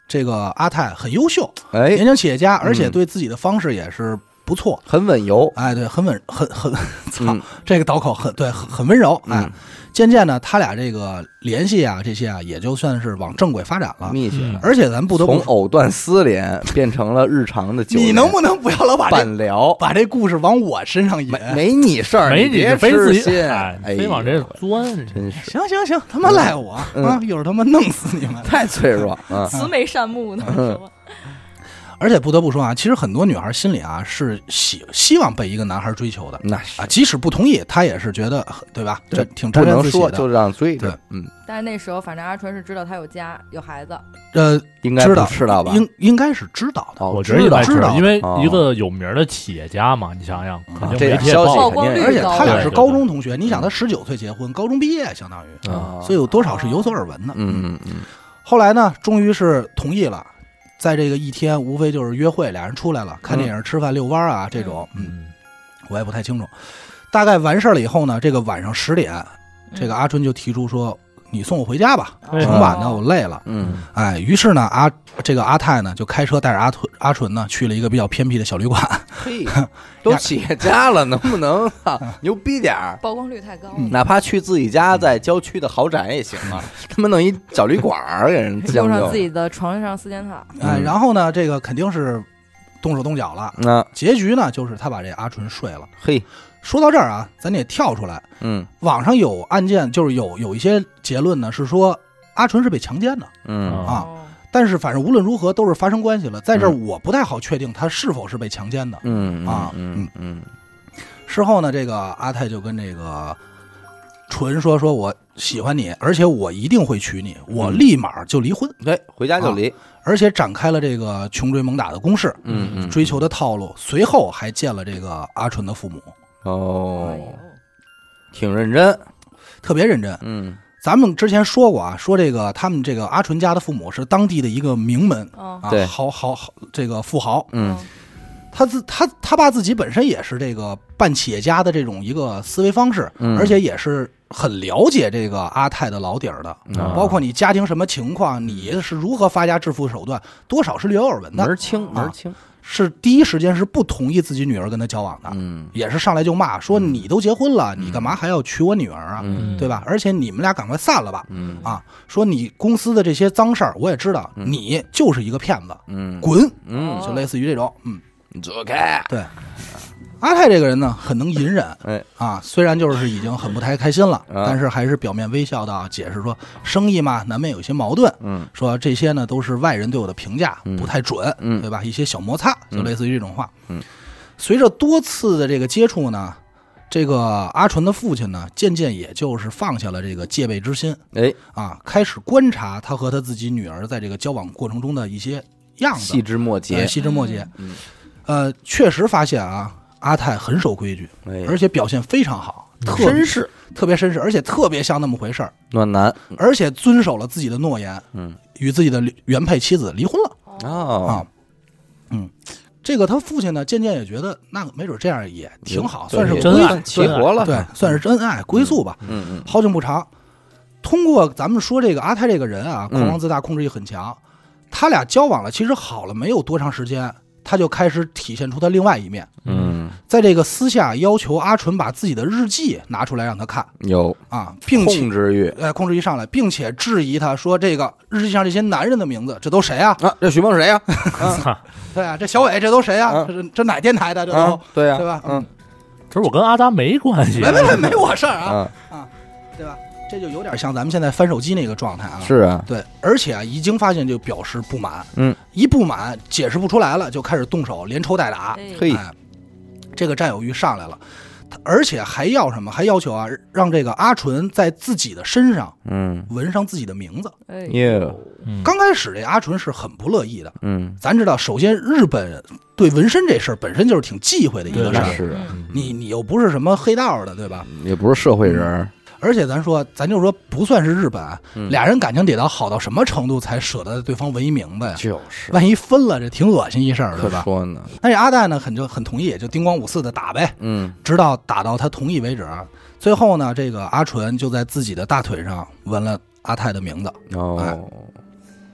S2: 这个阿泰很优秀，
S1: 哎
S2: 年，轻企业家，而且对自己的方式也是不错。
S1: 很稳油，
S2: 哎，对，很稳，很很， 操
S1: 嗯，
S2: 这个刀口很对，很很温柔。哎
S1: 嗯，
S2: 渐渐呢，他俩这个联系啊，这些啊，也就算是往正轨发展了。
S1: 密切。
S3: 嗯
S2: 而且咱啊不得不
S1: 从
S2: 说
S1: 藕断丝连变成了日常的酒，
S2: 你能不能不要老把这
S1: 半聊？
S2: 把这故事往我身上引？
S1: 没没你事儿，
S3: 没
S1: 你别
S3: 非
S1: 痴
S3: 自己，
S1: 心，
S3: 哎，
S1: 哎
S3: 非往这
S1: 呦
S3: 钻，
S1: 真是
S2: 行行行，他妈赖我、
S1: 嗯
S2: 啊！一会儿他妈弄死你们！
S1: 太脆弱。
S2: 啊
S1: 嗯
S4: 慈眉善目呢，
S2: 嗯
S4: 是吧？
S2: 而且不得不说啊，其实很多女孩心里啊是希希望被一个男孩追求的
S1: 那是
S2: 啊，即使不同意，她也是觉得对吧？
S1: 对
S2: 这挺
S1: 不
S2: 沾沾
S1: 能
S2: 自喜
S1: 说，
S2: 的。
S1: 就让追着
S2: 对，
S1: 嗯，
S4: 但是那时候反正阿纯是知道他有家有孩子，
S2: 呃，
S1: 应该
S2: 知
S1: 不
S2: 道
S1: 知道吧？
S2: 应应该是知道的。
S1: 哦
S3: 我觉得应该
S1: 知道
S2: 知道
S3: 因为
S1: 哦
S3: 一个有名儿的企业家嘛，你想想，肯
S1: 啊这
S3: 定媒
S1: 点
S3: 体也
S1: 消息
S3: 报
S4: 曝光
S1: 肯定
S4: 率
S1: 是
S2: 而且他俩是
S3: 对对对
S2: 高中同学，你想他十九岁结婚，高中毕业相当于，
S3: 嗯
S1: 嗯啊
S2: 所以有多少是有所耳闻的。
S1: 嗯嗯嗯
S2: 后来呢，终于是同意了，在这个一天，无非就是约会，俩人出来了，
S1: 嗯
S2: 看电影、吃饭、遛弯儿啊这种，嗯，
S3: 嗯，
S2: 我也不太清楚。大概完事儿了以后呢，这个晚上十点，这个
S4: 嗯哦
S2: 阿春就提出说：“你送我回家吧，
S3: 哎
S2: 挺晚的，我累了。
S1: 嗯”
S2: 哎，于是呢，阿这个阿泰呢就开车带着阿纯阿纯呢去了一个比较偏僻的小旅馆。
S1: 嘿，都企业家了，能不能啊牛逼点儿？
S4: 曝光率太高了，
S2: 嗯
S1: 哪怕去自己家，在郊区的豪宅也行啊！他们弄一小旅馆儿给 人将
S4: 用上
S1: 就，
S4: 自己的床上四件套，
S2: 哎，
S1: 嗯
S2: 然后呢，这个肯定是动手动脚了。
S1: 那
S2: 结局呢，就是他把这阿纯睡了。
S1: 嘿，
S2: 说到这儿啊，咱得跳出来，
S1: 嗯
S2: 网上有案件，就是有有一些结论呢，是说阿纯是被强奸的，
S1: 嗯
S3: 啊
S4: 哦
S2: 但是反正无论如何都是发生关系了，在这儿我不太好确定他是否是被强奸的。
S1: 嗯
S2: 啊
S1: 嗯嗯
S2: 事后呢，这个阿泰就跟这个纯说：“说我喜欢你，而且我一定会娶你，我立马就离婚。
S1: 嗯，对，回家就离，
S2: 而且展开了这个穷追猛打的攻势，
S1: 嗯嗯，
S2: 追求的套路。随后还见了这个阿纯的父母，
S4: 哎呦
S1: 哦，挺认真，
S2: 特别认真。
S1: 嗯
S2: 咱们之前说过啊，说这个他们这个阿纯家的父母是当地的一个名门
S4: 哦
S2: 啊
S1: 对，
S2: 豪豪豪这个富豪。
S1: 嗯
S2: 他自他他爸自己本身也是这个办企业家的这种一个思维方式，
S1: 嗯
S2: 而且也是很了解这个阿泰的老底儿的，
S1: 啊嗯
S2: 包括你家庭什么情况，你是如何发家致富手段，多少是略有耳闻
S1: 门儿
S2: 的，
S1: 清门儿清，
S2: 是第一时间是不同意自己女儿跟他交往的，
S1: 嗯
S2: 也是上来就骂说你都结婚了，你干嘛还要娶我女儿啊，
S1: 嗯
S2: 对吧？而且你们俩赶快散了吧，
S1: 嗯
S2: 啊，说你公司的这些脏事儿我也知道，你就是一个骗子，
S1: 嗯
S2: 滚，
S1: 嗯，
S2: 就类似于这种，嗯。
S1: 你走开，
S2: 对，阿泰这个人呢，很能隐忍，
S1: 哎
S2: 啊，虽然就是已经很不太开心了，
S1: 啊
S2: 但是还是表面微笑的啊解释说，生意嘛，难免有一些矛盾，
S1: 嗯
S2: 说这些呢都是外人对我的评价
S1: 嗯
S2: 不太准，
S1: 嗯
S2: 对吧？一些小摩擦，就类似于这种话。
S1: 嗯，
S2: 随着多次的这个接触呢，这个阿纯的父亲呢，渐渐也就是放下了这个戒备之心
S1: 哎，
S2: 啊，开始观察他和他自己女儿在这个交往过程中的一些样子，
S1: 细枝末
S2: 哎
S1: 节，
S2: 细枝末节。
S1: 嗯
S2: 呃，确实发现啊，阿泰很守规矩，
S1: 哎，
S2: 而且表现非常好，特别
S1: 绅士
S2: 特别绅士，而且特别像那么回事儿，
S1: 暖男，
S2: 而且遵守了自己的诺言，
S1: 嗯，
S2: 与自己的原配妻子离婚了。
S1: 哦，
S2: 啊，嗯，这个他父亲呢，渐渐也觉得那没准这样也挺好，
S1: 对
S2: 算是
S1: 对
S3: 真
S2: 归
S3: 爱
S2: 宿
S1: 齐活了，
S2: 对，算是真爱归宿吧。
S1: 嗯嗯，
S2: 好景不长，通过咱们说这个阿泰这个人啊，
S1: 嗯
S2: 狂妄自大，控制欲很强，他俩交往了，其实好了没有多长时间，他就开始体现出他另外一面，
S1: 嗯，
S2: 在这个私下要求阿纯把自己的日记拿出来让他看
S1: 有
S2: 啊，并且
S1: 控。制欲
S2: 呃，控制欲上来，并且质疑他说：“这个日记上这些男人的名字，这都谁啊？
S1: 啊，这许梦是谁呀？
S3: 操！
S2: 对啊，这小伟这都谁啊？
S1: 啊
S2: 这这哪电台的？这都、
S1: 啊，对呀，
S2: 对吧
S1: 嗯
S3: 可是我跟阿达没关系
S2: 没，没没没我事儿啊，
S1: 啊，
S2: 对吧？这就有点像咱们现在翻手机那个状态啊。
S1: 是啊，
S2: 对，而且啊，已经发现就表示不满，
S1: 嗯，
S2: 一不满解释不出来了，就开始动手，连抽带打，
S4: 哎
S1: 嘿
S2: 哎，这个占有欲上来了，他而且还要什么？还要求啊，让这个阿纯在自己的身上
S1: 嗯
S2: 纹上自己的名字。
S4: 哎，
S1: ，you，
S3: 嗯
S2: 刚开始这阿纯是很不乐意的，
S1: 嗯，
S2: 咱知道，首先日本对纹身这事儿本身就是挺忌讳的一个
S3: 对
S2: 事
S1: 那
S2: 儿，
S1: 是啊
S3: 嗯
S2: 你你又不是什么黑道的，对吧？
S1: 也不是社会人儿，
S2: 而且咱说，咱就说不算是日本啊，
S1: 嗯
S2: 俩人感情得到好到什么程度才舍得对方纹一名字呀？
S1: 就是
S2: 万一分了，这挺恶心一事儿，
S1: 可
S2: 对吧？
S1: 说呢，
S2: 但是阿黛呢，很就很同意，就叮咣五四的打呗，
S1: 嗯
S2: 直到打到他同意为止。最后呢，这个阿纯就在自己的大腿上纹了阿泰的名字。
S1: 哦，
S2: 哎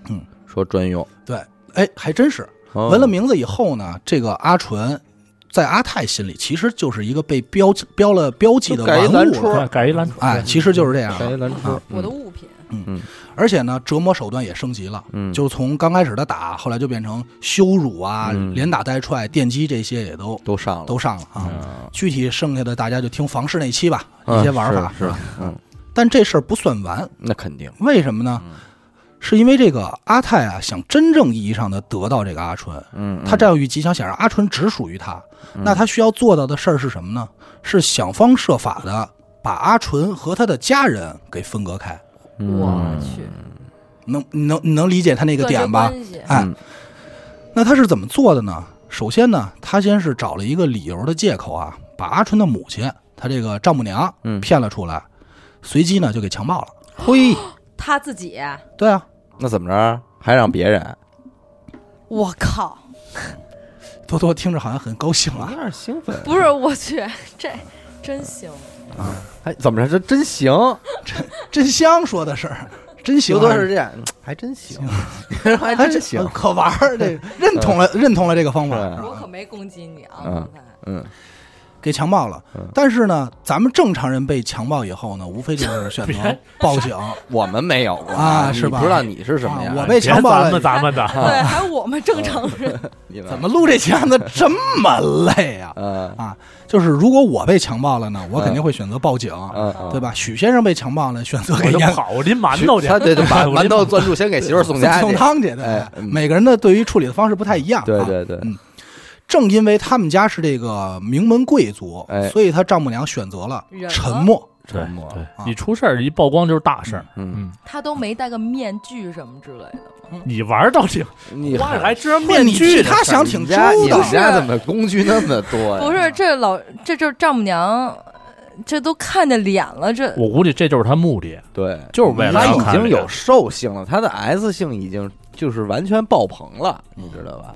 S2: 嗯，
S1: 说专用，
S2: 对，哎，还真是
S1: 哦
S2: 纹了名字以后呢，这个阿纯在阿泰心里其实就是一个被标标了标记的
S1: 就改一
S2: 玩
S1: 蓝
S2: 物
S1: 戳
S2: 了，
S3: 改改一篮球，
S2: 哎，其实就是这样。
S1: 谁蓝车，
S2: 嗯
S4: 我的物品，
S2: 而且呢，折磨手段也升级了，
S1: 嗯
S2: 就从刚开始的打，后来就变成羞辱啊、
S1: 嗯
S2: 连打带踹、电击这些也都
S1: 都上了，
S2: 都上了啊。
S1: 啊
S2: 具体剩下的大家就听房事那期吧，
S1: 嗯
S2: 一些玩法。
S1: 是，是嗯，
S2: 但这事儿不算完，
S1: 那肯定，
S2: 为什么呢？是因为这个阿泰啊，想真正意义上的得到这个阿纯，
S1: 嗯，嗯
S2: 他占有欲极强，想让阿纯只属于他。那他需要做到的事儿是什么呢？是想方设法的把阿纯和他的家人给分隔开。
S4: 我
S1: 嗯
S4: 去，
S2: 能你能你能理解他那个
S4: 这
S2: 点吧？
S4: 关系
S2: 哎
S1: 嗯，
S2: 那他是怎么做的呢？首先呢，他先是找了一个理由的借口啊，把阿春的母亲，他这个丈母娘
S1: 嗯哦
S2: 骗了出来，随即呢就给强暴了。
S1: 嘿，
S4: 他自己，
S2: 对啊，
S1: 那怎么着还让别人？
S4: 我靠，
S2: 多多听着好像很高兴
S1: 有
S2: 啊，
S1: 点兴奋，
S4: 不是我去，这真行，
S1: 还哎怎么着？这真行，
S2: 真香说的是，真行
S1: 刘
S2: 啊，
S1: 多是这样，还真行，还
S2: 还
S1: 真嗯行，
S2: 呃可玩儿，这个认同了，认同了这个方法，
S1: 是
S4: 我可没攻击你啊，
S1: 嗯
S4: 刚才
S1: 嗯，
S2: 给强暴了
S1: 嗯。
S2: 但是呢，咱们正常人被强暴以后呢，无非就是选择报警啊，
S1: 我们没有
S2: 啊是吧啊
S1: 你不知道你是什么样，
S2: 我被
S3: 别
S2: 强暴
S3: 咱
S2: 了
S3: 们，咱 们的，
S4: 对，还有我们正常人，
S1: 你们
S2: 怎么录这期案子这么累啊？
S1: 呃
S2: 啊，就是如果我被强暴了呢，我肯定会选择报警，
S1: 嗯，
S2: 对吧？许先生被强暴了，选择
S3: 我
S2: 给
S3: 就
S2: 烟
S3: 跑，我拎馒
S1: 馒
S3: 头
S1: 头
S3: 去，
S1: 哎他得 把
S3: 我
S1: 馒
S3: 拎
S1: 头攥住，先给媳妇儿送家去
S2: 送。汤去。对，
S1: 哎嗯
S2: 每个人的对于处理的方式不太一样、啊。
S1: 对对对，
S2: 嗯正因为他们家是这个名门贵族，
S1: 哎
S2: 所以他丈母娘选择了
S4: 忍了
S2: 沉默。
S3: 对
S1: 沉默
S3: 对
S2: 啊，
S3: 你出事儿一曝光就是大事儿。
S1: 嗯，
S3: 嗯，
S4: 他都没戴个面具什么之类的吗？
S3: 你玩儿到底
S1: 你
S3: 花还知道
S2: 不是
S3: 面
S2: 你
S3: 具
S2: 替
S3: 呢，
S2: 他想挺
S1: 你
S2: 周
S1: 家你
S2: 到
S1: 们，家怎么工具那么多
S4: 不
S1: 呀？
S4: 是，这老这就是丈母娘，呃这都看见脸了，这
S3: 我估计这就是他目的。
S1: 对，
S3: 就是为了
S1: 他
S3: 让
S1: 已
S3: 看
S1: 经
S3: 这
S1: 有
S3: 个
S1: 兽性了，他的 S 性已经就是完全爆棚了，你知道吧？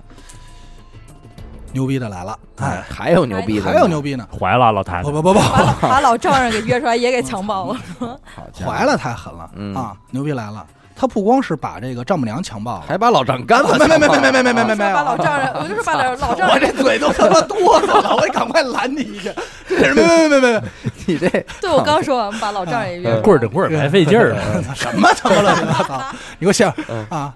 S2: 牛逼的来了，哎，
S1: 还有牛逼的呢，
S2: 还有牛逼呢！
S3: 怀了老谭
S2: 不，不不不，
S4: 把老把老丈人给约出来，也给强暴了。
S1: 好家伙，
S2: 怀了太狠了、
S1: 嗯
S2: 啊！牛逼来了，他不光是把这个丈母娘强暴了，
S1: 还把老丈干了，
S2: 没没没没没没没没没
S4: 说
S2: 没有
S4: 把老丈人，我就说把老老 丈
S2: 我
S4: 人
S2: 这嘴都他妈哆嗦了，我得赶快拦你一下。这是没没没没没，
S1: 你这
S4: 对我刚说，我们把老丈人也约出来。
S3: 棍儿顶棍儿白费劲儿
S1: 嗯
S3: 了。
S2: 什么他妈乱七八 糟！你给我笑啊！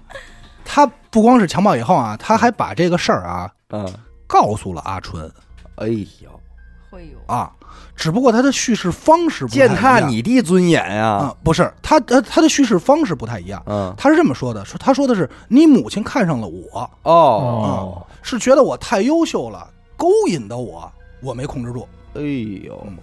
S2: 他不光是强暴以后啊，他还把这个事儿啊
S1: 嗯，
S2: 告诉了阿春。
S1: 哎呦，
S4: 会有
S2: 啊，只不过它的叙事方式不太一
S1: 践
S2: 样
S1: 踏你弟尊严
S2: 啊
S1: 啊！，
S2: 不是它呃它的叙事方式不太一样。
S1: 嗯，
S2: 他是这么说的，说他说的是你母亲看上了我，
S1: 哦，
S2: 哦，是觉得我太优秀了，勾引的我，我没控制住。
S1: 哎呦，
S2: 嗯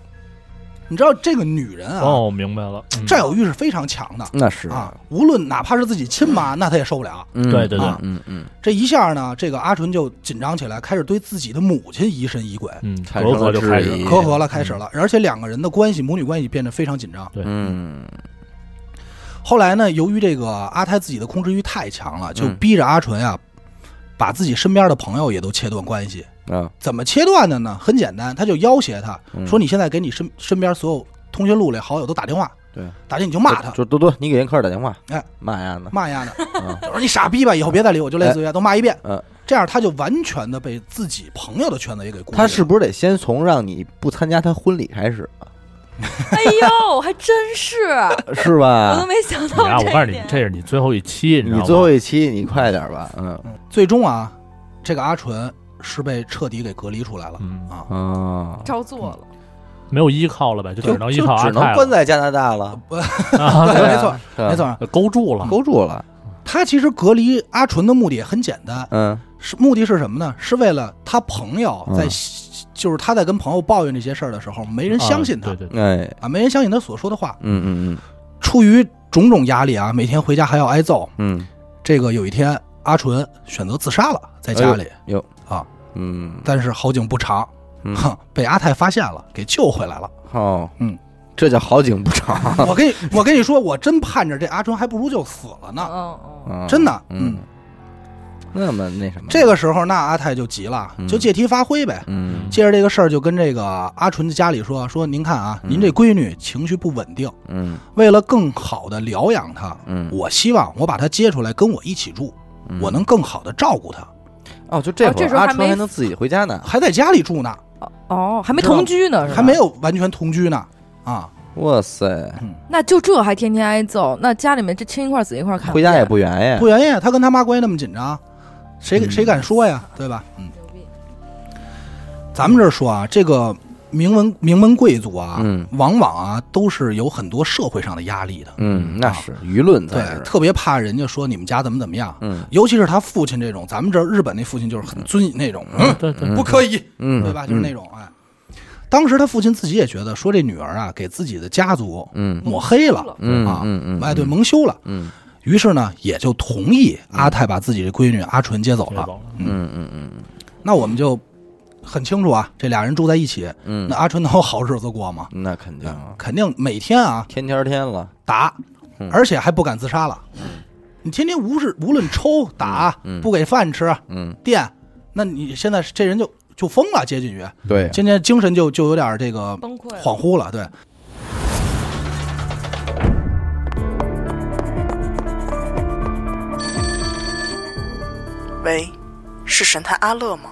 S2: 你知道这个女人啊，
S3: 哦，明白了，嗯
S2: 占有欲是非常强的
S1: 那是
S2: 啊，，无论哪怕是自己亲妈，那她也受不了。
S1: 嗯
S3: 对对对
S1: 啊嗯嗯，
S2: 这一下呢，这个阿纯就紧张起来，开始对自己的母亲疑神疑鬼，
S3: 嗯，
S1: 产
S3: 隔
S1: 生了
S3: 阂就开始
S1: 质疑
S3: 了，
S2: 隔阂了，开始了，而且两个人的关系，母女关系变得非常紧张。
S3: 对
S1: 嗯
S2: 后来呢，由于这个阿泰自己的控制欲太强了，就
S1: 嗯
S2: 逼着阿纯啊，把自己身边的朋友也都切断关系。
S1: 啊，
S2: 怎么切断的呢？很简单，他就要挟他
S1: 嗯
S2: 嗯说：“你现在给你身身边所有通讯录里好友都打电话，
S1: 对，
S2: 打电话你就骂他，
S1: 就多多，你给人科尔打电话，
S2: 哎，
S1: 骂呀呢，
S2: 骂丫的，
S1: 啊
S2: 就说你傻逼吧，以后别再理我，就类似于都骂一遍。
S1: 嗯，
S2: 这样他就完全的被自己朋友的圈子也给孤立了。
S1: 他是不是得先从让你不参加他婚礼开始 啊，
S4: 哎呦，还真是，
S1: 是
S4: 我
S1: 吧
S4: 都？没想
S3: 你啊，
S4: 到
S3: 我告诉
S4: 这一
S3: 你
S4: 点，。
S3: 这是你最后一期，知道
S1: 你
S3: 吗？
S1: 最后一期，你快点吧，嗯
S2: 最终啊，这个阿纯是被彻底给隔离出来了、
S3: 嗯，
S2: 啊，
S1: 啊，
S4: 照做了，
S3: 没有依靠了呗，就只能依靠阿
S1: 只能
S3: 泰
S1: 关
S3: 了，
S1: 在加拿大了，
S3: 啊
S2: 对
S1: 对啊
S2: 没错，
S1: 是吧
S2: 没，错。
S3: 勾住了，
S1: 勾住了，
S2: 他其实隔离阿纯的目的也很简单，
S1: 嗯
S2: 是目的是什么呢？是为了他朋友在、就是他在跟朋友抱怨这些事儿的时候，没人相信他
S3: 啊对对，
S1: 哎，
S2: 啊，没人相信他所说的话。
S1: 嗯嗯
S2: 出于种种压力啊，每天回家还要挨揍。
S1: 嗯
S2: 这个有一天，阿纯选择自杀了，在家里。
S1: 有
S2: 啊，
S1: 嗯
S2: 但是好景不长，
S1: 嗯
S2: 哼，被阿泰发现了，给救 回来了。
S1: 哦，
S2: 嗯，
S1: 这叫好景不长，
S2: 我跟你我跟你说，我真盼着这阿纯还不如就死了呢。
S4: 嗯嗯，
S1: 嗯
S2: 真的
S1: 嗯，那么那什么，
S2: 这个时候，那阿泰就急了，
S1: 嗯
S2: 就借题发挥呗。
S1: 嗯
S2: 借着这个事儿，就跟这个阿纯的家里说说，您看啊，
S1: 嗯
S2: 您这闺女情绪不稳定，
S1: 嗯
S2: 为了更好的疗养她，
S1: 嗯，
S2: 我希望我把她接出来跟我一起住，
S1: 嗯
S2: 我能更好的照顾她，
S1: 哦，就这
S4: 哦这时
S1: 会
S4: 候
S1: 儿
S4: 还
S1: 阿春还
S4: 没
S1: 能自己回家呢，
S2: 还在家里住呢，
S1: 哎
S4: 哦，还没
S2: 知道
S4: 同居呢，是吧
S2: 还没有完全同居呢，啊，
S1: 哇塞，
S4: 那就这还天天挨揍，那家里面这亲一块儿死一块儿看，
S1: 回家也不远呀
S2: 不，原因他跟他妈关系那么紧张，谁
S1: 哎嗯
S2: 谁敢说呀，对吧？嗯，
S4: 牛逼，
S2: 咱们这儿说啊，这个名门名门贵族啊，
S1: 嗯
S2: 往往啊都是有很多社会上的压力的，
S1: 嗯，那
S2: 啊
S1: 是舆论
S2: 对
S1: 才，是，
S2: 特别怕人家说你们家怎么怎么样，
S1: 嗯
S2: 尤其是他父亲这种，咱们这儿日本那父亲就是很尊严那种，嗯，
S3: 对对，
S2: 不可以，
S1: 嗯，
S2: 对吧？就是那
S1: 嗯
S2: 种哎。当时他父亲自己也觉得，说这女儿啊，给自己的家族
S1: 嗯
S2: 抹黑了，
S1: 嗯
S2: 啊
S1: 嗯嗯
S2: 哎，对，蒙羞了。
S1: 嗯
S2: 于是呢，也就同意阿泰把自己的闺女阿纯接走
S3: 接
S2: 了。
S3: 走了
S1: 嗯嗯嗯
S2: 那我们就很清楚啊，这俩人住在一起，
S1: 嗯，
S2: 那阿纯能有好日子过吗？
S1: 那肯定啊，
S2: 肯定每天啊
S1: 天天儿天了，
S2: 打
S1: 嗯，
S2: 而且还不敢自杀了。你天天无视，无论抽打
S1: 嗯，
S2: 不给饭吃，
S1: 嗯，
S2: 电，那你现在这人就就疯了，接近于
S1: 对呀，
S2: 今天精神就就有点这个
S4: 崩溃了
S2: 恍惚了，对。
S5: 喂，是神探阿乐吗？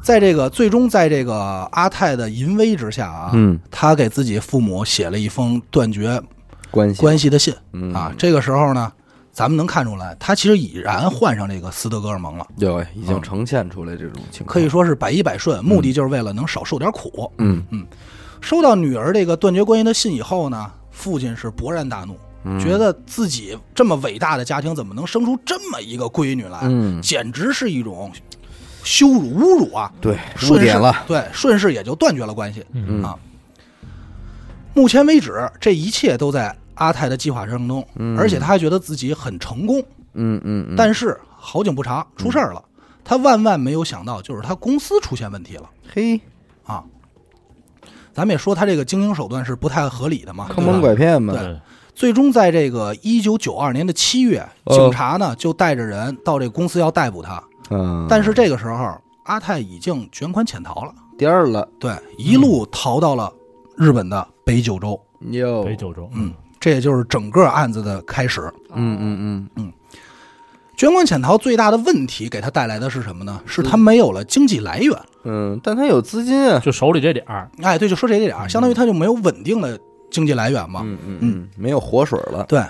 S2: 在这个最终，在这个阿泰的淫威之下啊，
S1: 嗯，
S2: 他给自己父母写了一封断绝
S1: 关系
S2: 关系的信、
S1: 嗯
S2: 啊。这个时候呢，咱们能看出来，他其实已然患上这个斯德哥尔蒙了，
S1: 有已经呈现出来这种情况，
S2: 啊可以说是百依百顺，目的就是为了能少受点苦。
S1: 嗯
S2: 收到女儿这个断绝关系的信以后呢，父亲是勃然大怒，
S1: 嗯
S2: 觉得自己这么伟大的家庭怎么能生出这么一个闺女来，
S1: 嗯
S2: 简直是一种羞辱、侮辱啊！
S1: 对，
S2: 顺
S1: 污
S2: 势
S1: 点了，
S2: 对，顺势也就断绝了关系。
S3: 嗯
S2: 啊，目前为止，这一切都在阿泰的计划当中，而且他还觉得自己很成功。
S1: 嗯嗯嗯，
S2: 但是好景不长，出事儿了。他万万没有想到，就是他公司出现问题了
S1: 嘿，
S2: 啊！咱们也说他这个经营手段是不太合理的嘛，
S1: 坑
S2: 对
S1: 蒙
S2: 吧？
S1: 拐骗嘛，
S3: 对，
S2: 最终在这个一九九二年的七月，
S1: 哦
S2: 警察呢就带着人到这个公司要逮捕他，
S1: 嗯，
S2: 但是这个时候阿泰已经卷款潜逃了，
S1: 地儿了，
S2: 对，一路逃到了日本的北九州。
S1: 哟，
S3: 北九州，
S2: 嗯，这也就是整个案子的开始。
S1: 嗯嗯嗯，
S2: 卷款潜逃最大的问题给他带来的是什么呢？是他没有了经济来源。
S1: 嗯，但他有资金啊，
S3: 就手里这点儿，
S2: 哎，对，就说这一点儿，相当于他就没有稳定的经济来源嘛。
S1: 嗯嗯嗯，没有活水了，
S2: 对，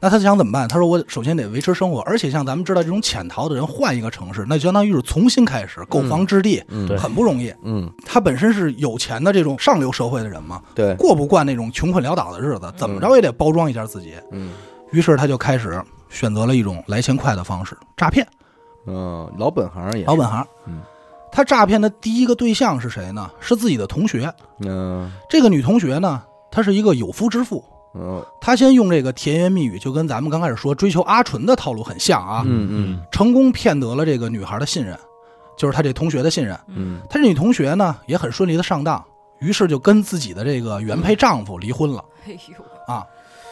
S2: 那他想怎么办？他说我首先得维持生活，而且像咱们知道这种潜逃的人换一个城市，那就相当于是重新开始，购房置地，
S1: 嗯
S3: 对
S2: 很不容易。
S1: 嗯，
S2: 他本身是有钱的这种上流社会的人嘛，
S1: 对，
S2: 过不惯那种穷困潦倒的日子，怎么着也得包装一下自己。
S1: 嗯
S2: 于是他就开始选择了一种来钱快的方式——诈骗，
S1: 嗯，老本行也，
S2: 老本行。
S1: 嗯，
S2: 他诈骗的第一个对象是谁呢？是自己的同学。
S1: 嗯
S2: 这个女同学呢，她是一个有夫之妇。
S1: 嗯
S2: 她先用这个甜言蜜语，就跟咱们刚开始说追求阿纯的套路很像啊，
S1: 嗯
S2: 成功骗得了这个女孩的信任，就是她这同学的信任。
S1: 嗯
S2: 她这女同学呢，也很顺利的上当，于是就跟自己的这个原配丈夫离婚了。
S4: 哎呦，
S2: 啊，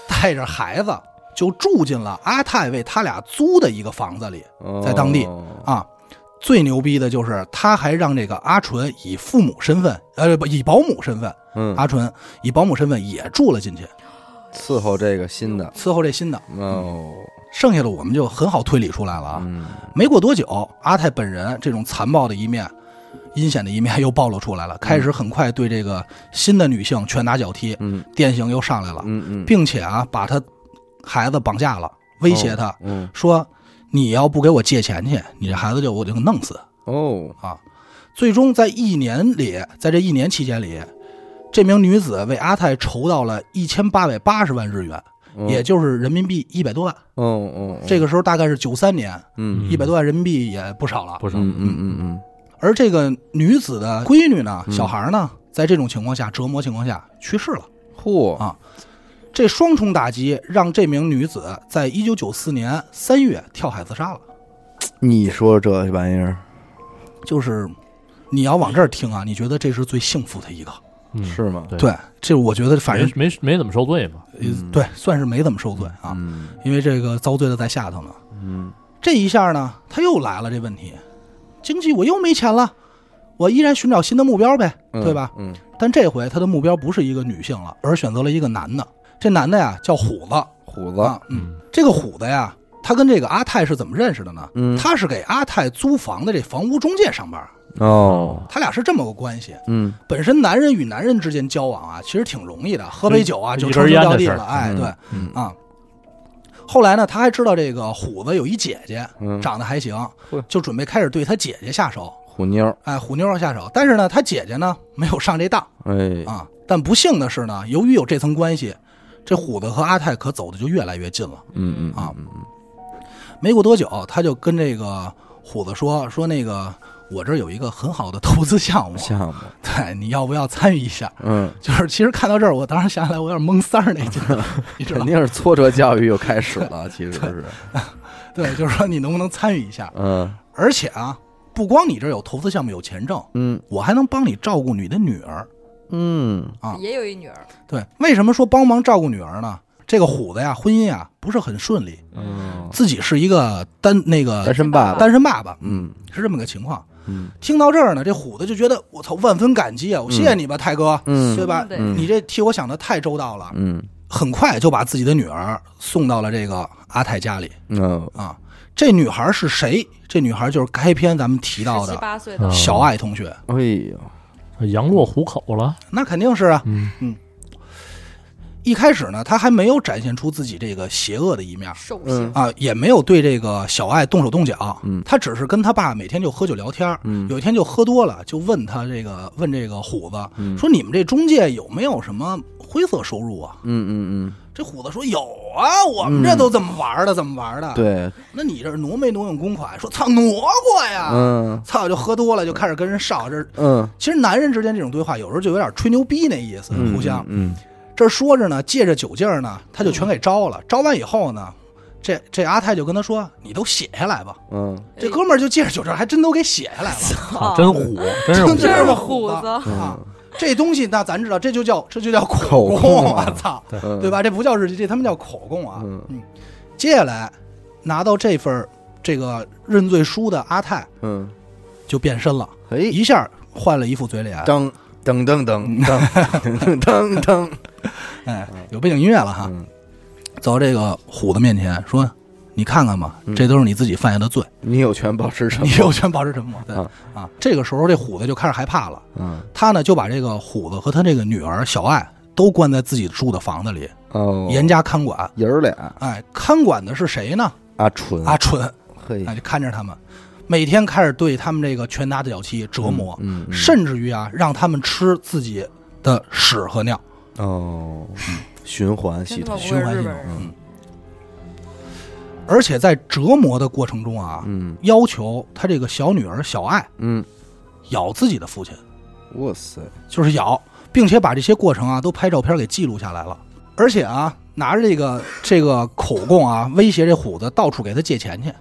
S2: 带着孩子就住进了阿泰为他俩租的一个房子里
S1: 嗯，
S2: 在当地
S1: 哦
S2: 啊。最牛逼的就是，他还让这个阿纯以父母身份，呃，不以保姆身份，
S1: 嗯，
S2: 阿纯以保姆身份也住了进去，
S1: 伺候这个新的，
S2: 伺候这新的。
S1: 哦，
S2: 剩下的我们就很好推理出来了啊。
S1: 嗯
S2: 没过多久，阿泰本人这种残暴的一面、阴险的一面又暴露出来了，开始很快对这个新的女性拳打脚踢，
S1: 嗯
S2: 电刑又上来了，
S1: 嗯嗯，
S2: 并且啊，把他孩子绑架了，威胁他，
S1: 嗯
S2: 说你要不给我借钱去，你这孩子就我就给弄死
S1: 哦，
S2: 啊！最终在一年里，在这一年期间里，这名女子为阿泰筹到了一千八百八十万日元，
S1: 嗯
S2: 也就是人民币一百多万。
S1: 哦哦，个，
S2: 这个时候大概是九三年，
S1: 嗯
S2: 一百多万人民币也不少了。
S3: 不是，
S1: 嗯嗯嗯嗯，
S2: 而这个女子的闺女呢，小孩呢，在这种情况下折磨情况下去世了。
S1: 嚯，
S2: 这双重打击让这名女子在一九九四年三月跳海自杀了。
S1: 你说这玩意儿
S2: 就是你要往这儿听啊，你觉得这是最幸福的一个？
S3: 嗯，
S1: 是吗？
S3: 对
S2: 对，这我觉得反正
S3: 没没没怎么受罪嘛，
S2: 呃对，算是没怎么受罪啊，
S1: 嗯
S2: 因为这个遭罪的在下头呢。
S1: 嗯
S2: 这一下呢，他又来了这问题，经济我又没钱了，我依然寻找新的目标呗，
S1: 嗯，
S2: 对吧？
S1: 嗯
S2: 但这回他的目标不是一个女性了，而选择了一个男的。这男的呀叫虎子
S1: 虎
S2: 啊
S1: 子，，
S2: 嗯，这个虎子呀，他跟这个阿泰是怎么认识的呢？
S1: 嗯
S2: 他是给阿泰租房的这房屋中介上班，
S1: 哦，
S2: 他俩是这么个关系。
S1: 嗯
S2: 本身男人与男人之间交往啊，其实挺容易的，喝杯酒啊就
S3: 就一
S2: 称
S3: 根
S2: 兄
S3: 烟
S2: 道
S3: 的
S2: 弟
S3: 事儿
S2: 了。哎，
S1: 嗯
S2: 对
S1: 嗯
S2: 啊。后来呢，他还知道这个虎子有一姐姐，
S1: 嗯，
S2: 长得还行
S1: 嚯，
S2: 就准备开始对他姐姐下手，
S1: 虎妞儿，
S2: 哎，虎妞儿下手。但是呢，他姐姐呢没有上这当
S1: 哎，
S2: 啊。但不幸的是呢，由于有这层关系，这虎子和阿泰可走的就越来越近了。
S1: 嗯嗯
S2: 啊
S1: 嗯嗯
S2: 没过多久，他就跟这个虎子说说那个我这儿有一个很好的投资项目
S1: 嗯，项目，
S2: 对，你要不要参与一下？
S1: 嗯，
S2: 就是其实看到这儿，我当时想起来我有点蒙三儿那劲 儿，你知道
S1: 肯
S2: 吗？
S1: 定是挫折教育又开始了，其实是，
S2: 对，就是说你能不能参与一下？
S1: 嗯
S2: 而且啊，不光你这儿有投资项目有钱挣，
S1: 嗯
S2: 我还能帮你照顾你的女儿。
S1: 嗯
S2: 啊
S4: 也有一女儿，
S2: 对，为什么说帮忙照顾女儿呢？这个虎子呀，婚姻啊不是很顺利，
S1: 嗯，
S2: 自己是一个单那个
S1: 单身爸爸，
S2: 单身爸爸，
S1: 嗯
S2: 是这么个情况。
S1: 嗯
S2: 听到这儿呢，这虎子就觉得我操，万分感激啊！我谢谢你吧，泰哥，
S1: 嗯
S2: 对吧？
S4: 对
S1: 嗯
S2: 你这替我想的太周到了。
S1: 嗯，
S2: 很快就把自己的女儿送到了这个阿泰家里。
S1: 哦，
S2: 啊，这女孩是谁？这女孩就是开篇咱们提到
S4: 十七
S2: 的
S4: 八岁的
S3: 嗯
S2: 小爱同学，
S1: 哎呦，
S3: 羊落虎口了，
S2: 那肯定是啊。
S3: 嗯
S2: 一开始呢，她还没有展现出自己这个邪恶的一面
S4: 寿星，
S2: 啊，也没有对这个小爱动手动脚，
S1: 嗯
S2: 她只是跟她爸每天就喝酒聊天儿。
S1: 嗯
S2: 有一天就喝多了，就问他这个问这个虎子、
S1: 嗯
S2: 说：“你们这中介有没有什么灰色收入啊
S1: 嗯？”嗯嗯，
S2: 这虎子说：“有啊，我们这都怎么玩的，怎么玩的。”，
S1: 对，
S2: 那你这挪没挪用公款？说操，挪过呀。
S1: 嗯
S2: 操，就喝多了就开始跟人少这。
S1: 嗯，
S2: 其实男人之间这种对话，有时候就有点吹牛逼那意思，
S1: 嗯
S2: 互相
S1: 嗯
S2: 这说着呢，借着酒劲儿呢，他就全给招了。招完以后呢，这这阿泰就跟他说：“你都写下来吧。
S1: 嗯”
S4: 哎
S2: 这哥们儿就借着酒劲儿，还真都给写下来了。
S3: 啊真虎，真是
S2: 真
S3: 虎，
S2: 这
S4: 哦真
S2: 是
S4: 是
S2: 虎
S4: 虎
S2: 子
S4: 子
S2: 啊，这东西那咱知道，这就叫这就叫
S1: 嗯口
S2: 供。
S1: 供啊
S2: 我操，
S1: 嗯，
S2: 对？吧？这不叫日记，这他们叫口供啊。
S1: 嗯
S2: 接下来拿到这份儿这个认罪书的阿泰
S1: 嗯，
S2: 就变身了。
S1: 嘿，
S2: 一下换了一副嘴脸，
S1: 噔噔噔噔噔 噔噔，
S2: 哎，有背景音乐了哈。
S1: 嗯
S2: 走到这个虎子面前说：“你看看吧，
S1: 嗯
S2: 这都是你自己犯下的罪，
S1: 你有权保持沉
S2: 你
S1: 默。
S2: 有权保持沉默。对”
S1: 啊
S2: 啊，这个时候这虎子就开始害怕了，
S1: 嗯
S2: 他呢就把这个虎子和他这个女儿小爱都关在自己住的房子里，
S1: 哦，
S2: 严加看管。
S1: 爷儿俩
S2: 哎，看管的是谁呢？
S1: 阿纯
S2: 阿纯，
S1: 嘿
S2: 哎，就看着他们，每天开始对他们这个拳打脚踢折磨，
S1: 嗯嗯
S2: 甚至于啊，让他们吃自己的屎和尿。
S1: 哦，循环系
S4: 真
S1: 统
S4: 他妈不
S2: 循
S4: 会
S2: 环
S4: 日
S2: 系
S4: 本
S2: 统
S4: 人，
S2: 嗯而且在折磨的过程中啊，
S1: 嗯
S2: 要求他这个小女儿小爱
S1: 嗯，
S2: 咬自己的父亲，
S1: 哇塞，
S2: 就是咬，并且把这些过程啊都拍照片给记录下来了。而且啊，拿着这个这个口供啊，威胁这虎子到处给他借钱去，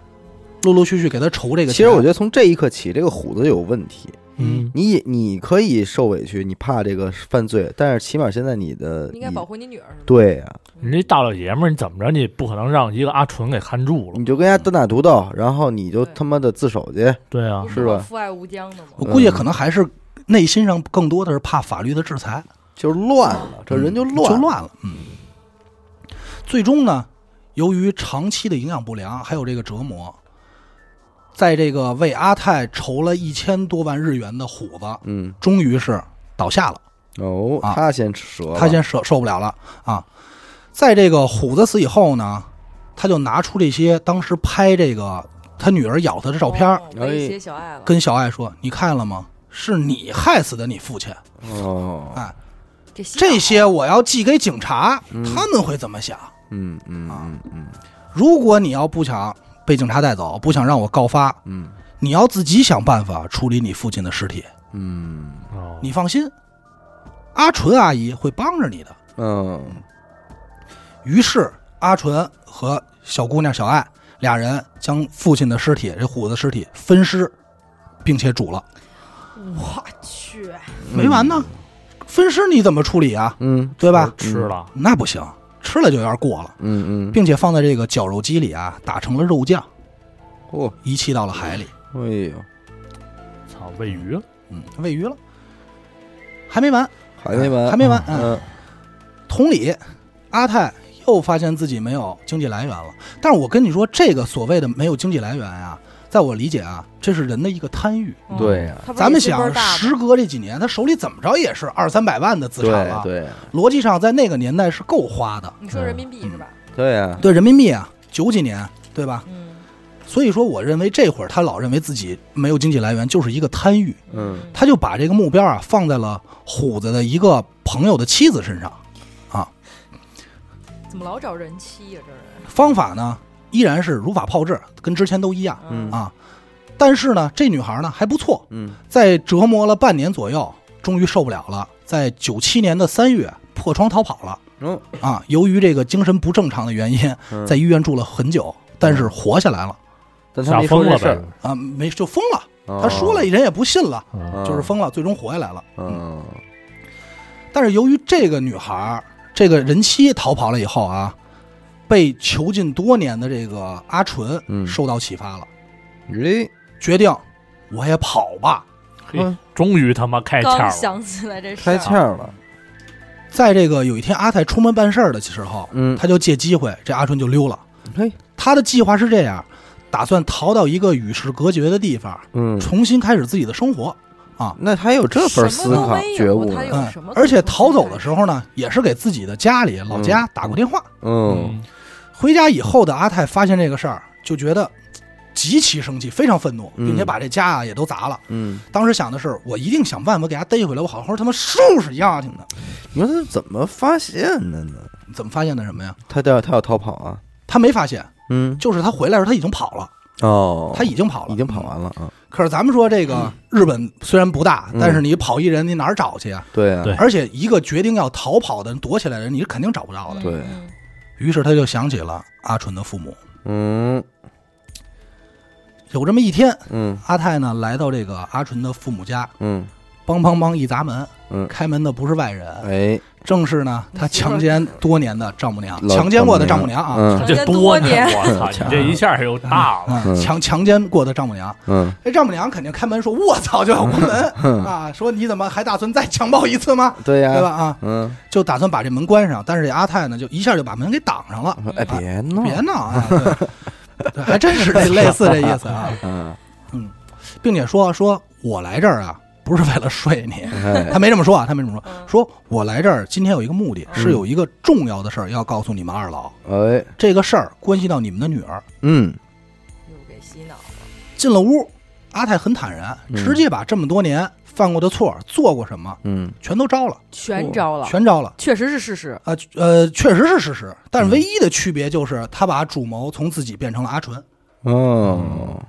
S2: 陆陆续续给他筹这个钱。
S1: 其实我觉得从这一刻起，这个虎子有问题。
S2: 嗯，
S1: 你你可以受委屈，你怕这个犯罪，但是起码现在你的
S4: 应该
S1: 你
S4: 保护你女儿。
S1: 对啊呀、
S3: 你这大老爷们儿，你怎么着？你不可能让一个阿纯给看住了，
S1: 你就跟人家单打独斗，然后你就
S4: 对
S1: 他妈的自首去。
S3: 对啊
S4: 不，
S1: 是吧
S4: 说父爱无疆的吗？
S2: 我
S1: 嗯
S2: 估计可能还是内心上更多的是怕法律的制裁，
S1: 就乱了，这人就乱，
S2: 就，乱了。嗯，最终呢，由于长期的营养不良，还有这个折磨，在这个为阿泰筹了一千多万日元的虎子，
S1: 嗯，
S2: 终于是倒下了，
S1: 哦，
S2: 啊
S1: 他先折了，
S2: 他先受受不了了啊！在这个虎子死以后呢，他就拿出这些当时拍这个他女儿咬他的照片儿，
S4: 哦
S1: 哎
S4: 威胁小爱了，
S2: 跟小爱说：“你看了吗？是你害死的你父亲。”
S1: 哦，
S2: 哎，
S4: 这洗脑
S2: 这些我要寄给警察，他们会怎么想？
S1: 嗯嗯嗯嗯
S2: 如果你要不想被警察带走，不想让我告发，
S1: 嗯
S2: 你要自己想办法处理你父亲的尸体。
S1: 嗯
S3: 哦
S2: 你放心，阿纯阿姨会帮着你的。
S1: 嗯，
S2: 于是，阿纯和小姑娘小爱俩人将父亲的尸体，这虎子尸体分尸，并且煮了。
S4: 我去，
S2: 没完呢，分尸你怎么处理啊？
S1: 嗯
S2: 对吧？
S3: 吃了，
S2: 那不行，吃了就有点过了，
S1: 嗯嗯，
S2: 并且放在这个绞肉机里啊，打成了肉酱，
S1: 嚯，
S2: 遗弃到了海里。
S1: 哦哎呦，
S3: 操，喂鱼了，
S2: 嗯，喂鱼了。还没完，
S1: 还没完，
S2: 还没完。嗯，
S1: 嗯
S2: 同理，阿泰又发现自己没有经济来源了。但是我跟你说，这个所谓的没有经济来源啊，在我理解啊，这是人的一个贪欲。
S4: 嗯
S1: 对啊呀
S4: 他不是
S2: 咱们
S4: 也是官
S2: 想
S4: 儿，大吗
S2: 时隔这几年，他手里怎么着也是二三百万的资产了
S1: 对，对
S2: 逻辑上在那个年代是够花的。
S4: 你说
S1: 嗯
S4: 人民币是吧？
S1: 对呀，
S2: 对人民币啊，九几年，对吧？
S4: 嗯，
S2: 所以说，我认为这会儿他老认为自己没有经济来源，就是一个贪欲。
S1: 嗯
S2: 他就把这个目标啊放在了虎子的一个朋友的妻子身上。
S4: 怎么老找人妻呀？这人，啊
S2: 方法呢依然是如法炮制，跟之前都一样
S1: 嗯
S2: 啊。但是呢，这女孩呢还不错，
S1: 嗯
S2: 在折磨了半年左右，终于受不了了，在九七年的三月破窗逃跑了
S1: 嗯
S2: 啊。由于这个精神不正常的原因，
S1: 嗯，
S2: 在医院住了很久，但是活下来了
S1: 但他
S3: 吓
S1: 没说
S3: 疯
S1: 这
S3: 了
S1: 事
S3: 呗
S1: 儿，，哦
S2: 啊，没就疯了。
S1: 他
S2: 他说了，人也不信了，
S1: 哦
S3: 嗯
S2: 就是疯了，最终活下来了。
S1: 嗯
S2: 但是由于这个女孩儿，这个人妻逃跑了以后啊，被囚禁多年的这个阿纯
S1: 嗯
S2: 受到启发了，
S1: 咦，
S2: 决定我也跑吧。
S1: 嗯
S3: 嘿，终于他妈开
S4: 刚
S3: 窍了，
S4: 想起来这事
S1: 开
S4: 儿，
S1: 窍了，
S2: 在这个有一天阿泰出门办事儿的时候，
S1: 嗯，
S2: 他就借机会，这阿纯就溜了。
S1: 嘿，
S2: 他的计划是这样，打算逃到一个与世隔绝的地方，
S1: 嗯，
S2: 重新开始自己的生活。
S1: 那他有这份思考觉悟
S4: 什么都没
S1: 呢，
S4: 有他有
S2: 嗯
S4: 什么，可
S2: 而且
S4: 重新
S2: 逃走
S4: 开
S2: 的
S4: 始
S2: 时候呢，也是给自己的家里老家打过电话。
S1: 嗯，
S2: 回家以后的阿泰发现这个事儿，就觉得嘖极其生气，非常愤怒，并且把这家啊也都砸了。
S1: 嗯，
S2: 当时想的是，我一定想办法给他逮回来，我好好他妈收拾丫挺的。
S1: 你说他是怎么发现的呢？
S2: 怎么发现的什么呀？
S1: 他要他要逃跑啊？
S2: 他没发现，
S1: 嗯，
S2: 就是他回来的时候他已经跑了，
S1: 哦，
S2: 他已经跑了，嗯
S1: 已经跑。完了啊？
S2: 可是咱们说这个日本虽然不大，
S1: 嗯
S2: 但是你跑一人，你哪儿找去啊？
S1: 对啊，
S3: 对
S2: 而且一个决定要逃跑的人，躲起来的人，你是肯定找不到的。
S1: 对
S4: 嗯
S2: 于是他就想起了阿纯的父母。
S1: 嗯
S2: 有这么一天，
S1: 嗯
S2: 阿泰呢来到这个阿纯的父母家，
S1: 嗯
S2: 梆梆梆一砸门，
S1: 嗯，
S2: 开门的不是外人，
S1: 哎，
S2: 正是呢他强奸多年的丈母娘，
S1: 老
S2: 强奸过的丈母娘啊，
S1: 嗯
S4: 嗯
S3: 这多呢
S4: 人家
S3: 我操，你这一下又大了，
S1: 嗯
S2: 嗯，强强奸过的丈母娘，
S1: 嗯
S2: 这丈母娘肯定开门说：“我操，就要关门啊！”说你怎么还打算再强暴一次吗？
S1: 对呀，
S2: 对吧？？啊，
S1: 嗯嗯，
S2: 就打算把这门关上，但是这阿泰呢，就一下就把门给挡上了。
S1: 哎，别闹，
S2: 别闹啊！对对，还真 是这类似这意思啊，
S1: 嗯，
S2: 并且说说我来这儿啊，不是为了睡你，
S1: 哎
S2: 他没这么说啊，他没这么说，
S4: 嗯
S2: 说我来这儿今天有一个目的，是
S1: 嗯
S2: 有一个重要的事儿要告诉你们二老，
S1: 哎，
S2: 这个事儿关系到你们的女儿。
S1: 嗯，
S4: 又给洗脑了，
S2: 进了屋，阿泰很坦然，
S1: 嗯
S2: 直接把这么多年犯过的错、做过什么，
S1: 嗯，
S2: 全都招了，
S4: 全招了，
S2: 全招了。
S4: 确实是事实。
S2: 啊，呃，确实是事实，但是唯一的区别就是他把主谋从自己变成了阿纯。
S1: 哦，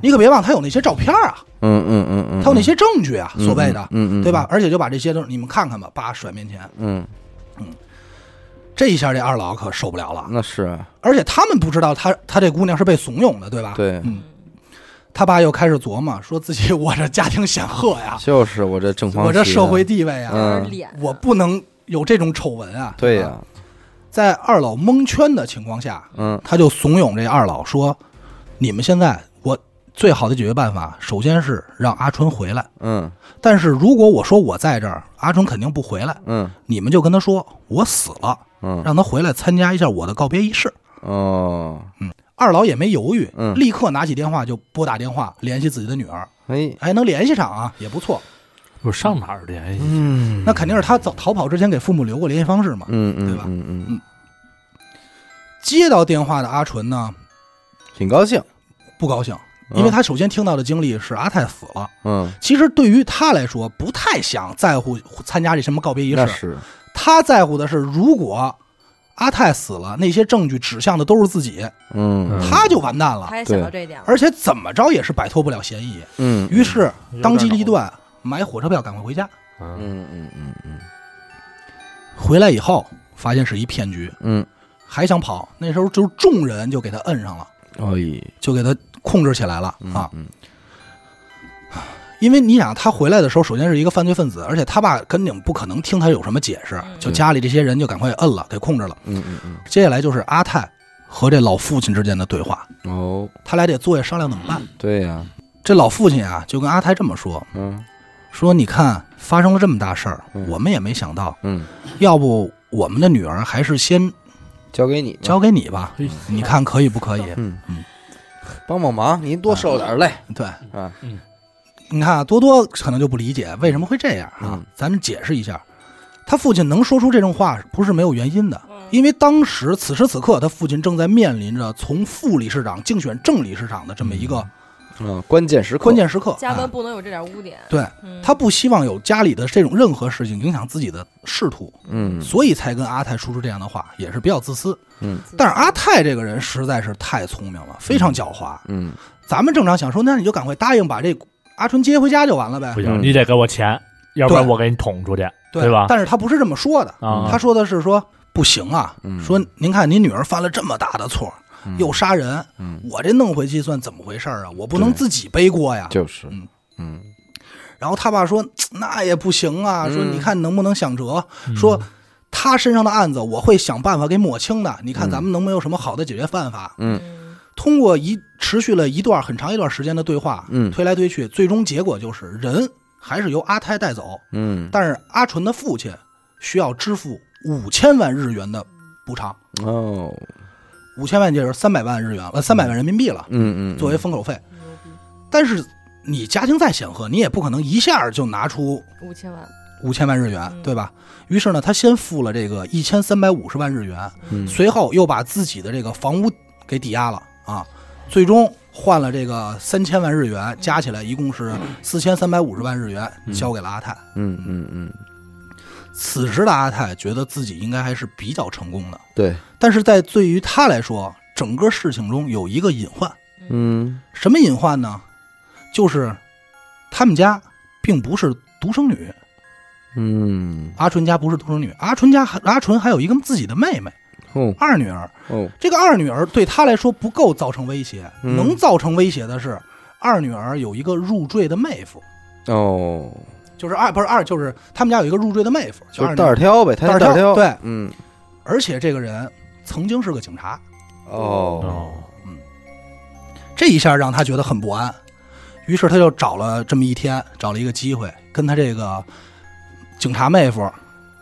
S2: 你可别忘，他有那些照片啊，
S1: 嗯嗯嗯嗯，
S2: 他有那些证据啊，所谓的，
S1: 嗯嗯，
S2: 对吧？？而且就把这些东西你们看看吧，叭甩面前，
S1: 嗯，
S2: 这一下这二老可受不了了。
S1: 那是
S2: 而且他们不知道他他这姑娘是被怂恿的，对吧？
S1: 对，
S2: 嗯他爸又开始琢磨，说自己我这家庭显 赫呀，
S1: 就是我这正方，
S2: 我这社会地位
S1: 嗯
S2: 啊，
S4: 有点脸啊，
S2: 我不能有这种丑闻啊。
S1: 对
S2: 啊
S1: 呀，
S2: 在二老蒙圈的情况下，
S1: 嗯
S2: 他就怂恿这二老说：“你们现在我最好的解决办法，首先是让阿春回来。
S1: 嗯
S2: 但是如果我说我在这儿，阿春肯定不回来。
S1: 嗯
S2: 你们就跟他说我死了，
S1: 嗯，
S2: 让他回来参加一下我的告别仪式。”
S1: 哦，
S2: 二老也没犹豫，
S1: 嗯
S2: 立刻拿起电话就拨打电话联系自己的女儿，
S1: 哎，
S2: 哎，能联系上啊，也不错。嗯
S3: 我上哪儿哎联系？
S1: 嗯
S2: 那肯定是他走逃跑之前给父母留过联系方式嘛。
S1: 嗯嗯嗯嗯，
S2: 接到电话的阿纯呢，
S1: 挺高兴，
S2: 不高兴，因为他首先听到的经历是阿泰死了。
S1: 嗯，
S2: 其实对于他来说，不太想在乎参加这什么告别仪
S1: 那
S2: 式，
S1: 是，
S2: 他在乎的是如果。阿泰死了，那些证据指向的都是自己，
S1: 嗯，
S2: 他就完蛋了
S4: 他，也想到这一点了，
S2: 而且怎么着也是摆脱不了嫌疑。
S1: 嗯
S2: 于是当机立断，买火车票赶快回家。
S3: 嗯，
S1: 嗯嗯嗯嗯
S2: 回来以后发现是一骗局，
S1: 嗯，
S2: 还想跑。那时候就是众人就给他摁上了，
S1: 哎，
S2: 就给他控制起来了啊。
S1: 嗯
S2: 因为你想，他回来的时候首先是一个犯罪分子，而且他爸根本不可能听他有什么解释，就家里这些人就赶快摁了，给控制了。
S1: 嗯嗯
S2: 接下来就是阿泰和这老父亲之间的对话，
S1: 嗯，哦，
S2: 他俩得坐下商量怎么办。
S1: 对呀，
S2: 这老父亲啊，就跟阿泰这么说：
S1: 嗯
S2: 说你看，发生了这么大事儿，
S1: 嗯
S2: 我们也没想到，
S1: 嗯，
S2: 要不我们的女儿还是先
S1: 交给你，
S2: 交，给你吧，
S3: 嘿
S2: 你看可以不可以？
S1: 嗯嗯，帮帮忙，您多受点累
S2: 对，
S1: 啊，
S4: 嗯
S2: 你看啊，多多可能就不理解为什么会这样啊
S1: 嗯，
S2: 咱解释一下。他父亲能说出这种话，不是没有原因的，
S4: 嗯
S2: 因为当时此时此刻，他父亲正在面临着从副理事长竞选正理事长的这么一个
S1: 嗯，关键时刻，
S2: 关键时刻。
S4: 嗯加班
S2: 啊
S4: 不能有这点污点。
S2: 对
S4: 嗯
S2: 他不希望有家里的这种任何事情影响自己的仕途，
S1: 嗯
S2: 所以才跟阿泰说出这样的话，也是比较自私。
S1: 嗯
S2: 但是阿泰这个人实在是太聪明了，非常狡猾。
S1: 嗯
S2: 咱们正常想说，那你就赶快答应把这阿春接回家就完了呗
S3: 不，
S1: 嗯
S3: 哎行，你得给我钱，要不然
S2: 对
S3: 我给你捅出去，啊对吧？
S2: 但是他不是这么说的，
S3: 啊，
S2: 他说的是说不行啊，
S1: 嗯
S2: 说您看您女儿犯了这么大的错，又杀人，
S1: 嗯
S2: 我这弄回去算怎么回事儿啊？我不能
S1: 对
S2: 自己背锅呀。
S1: 就是，嗯
S2: 然后他爸说嘖嗯那也不行啊，
S1: 嗯
S2: 说你看能不能想辙，
S3: 嗯
S2: 说他身上的案子我会想办法给抹清的，你
S1: 嗯
S2: 看咱们能没有什么好的解决办法？
S4: 嗯
S2: 通过一持续了一段很长一段时间的对话，
S1: 嗯
S2: 推来推去，最终结果就是人还是由阿泰带走，
S1: 嗯，
S2: 但是阿纯的父亲需要支付五千万日元的补偿，
S1: 哦，
S2: 五千万就是三百万日元呃三百万人民币了，
S1: 嗯嗯，
S2: 作为封口费。但是你家庭再显赫，你也不可能一下就拿出
S4: 五千万，
S2: 五千万日元，
S4: 嗯
S2: 对吧？于是呢，他先付了这个一千三百五十万日元，
S1: 嗯
S2: 随后又把自己的这个房屋给抵押了啊，最终换了这个三千万日元，加起来一共是四千三百五十万日元，交给了阿泰。
S1: 嗯嗯嗯，
S2: 此时的阿泰觉得自己应该还是比较成功的，
S1: 对，
S2: 但是在对于他来说，整个事情中有一个隐患，
S1: 嗯
S2: 什么隐患呢？就是他们家并不是独生女，
S1: 嗯，
S2: 阿纯家不是独生女，阿纯家还阿纯还有一个自己的妹妹，
S1: 哦
S2: 二女儿。
S1: 哦，
S2: 这个二女儿对他来说不够造成威胁，
S1: 嗯
S2: 能造成威胁的是二女儿有一个入赘的妹夫，
S1: 哦，
S2: 就是啊二不是二，就是他们家有一个入赘的妹夫，
S1: 就
S2: 叫
S1: 是
S2: 二
S1: 袋儿
S2: 娘，
S1: 挑呗，他叫
S2: 袋儿
S1: 挑，
S2: 挑对
S1: 嗯，
S2: 而且这个人曾经是个警察，
S1: 哦，
S2: 这一下让他觉得很不安，于是他就找了这么一天，找了一个机会，跟他这个警察妹夫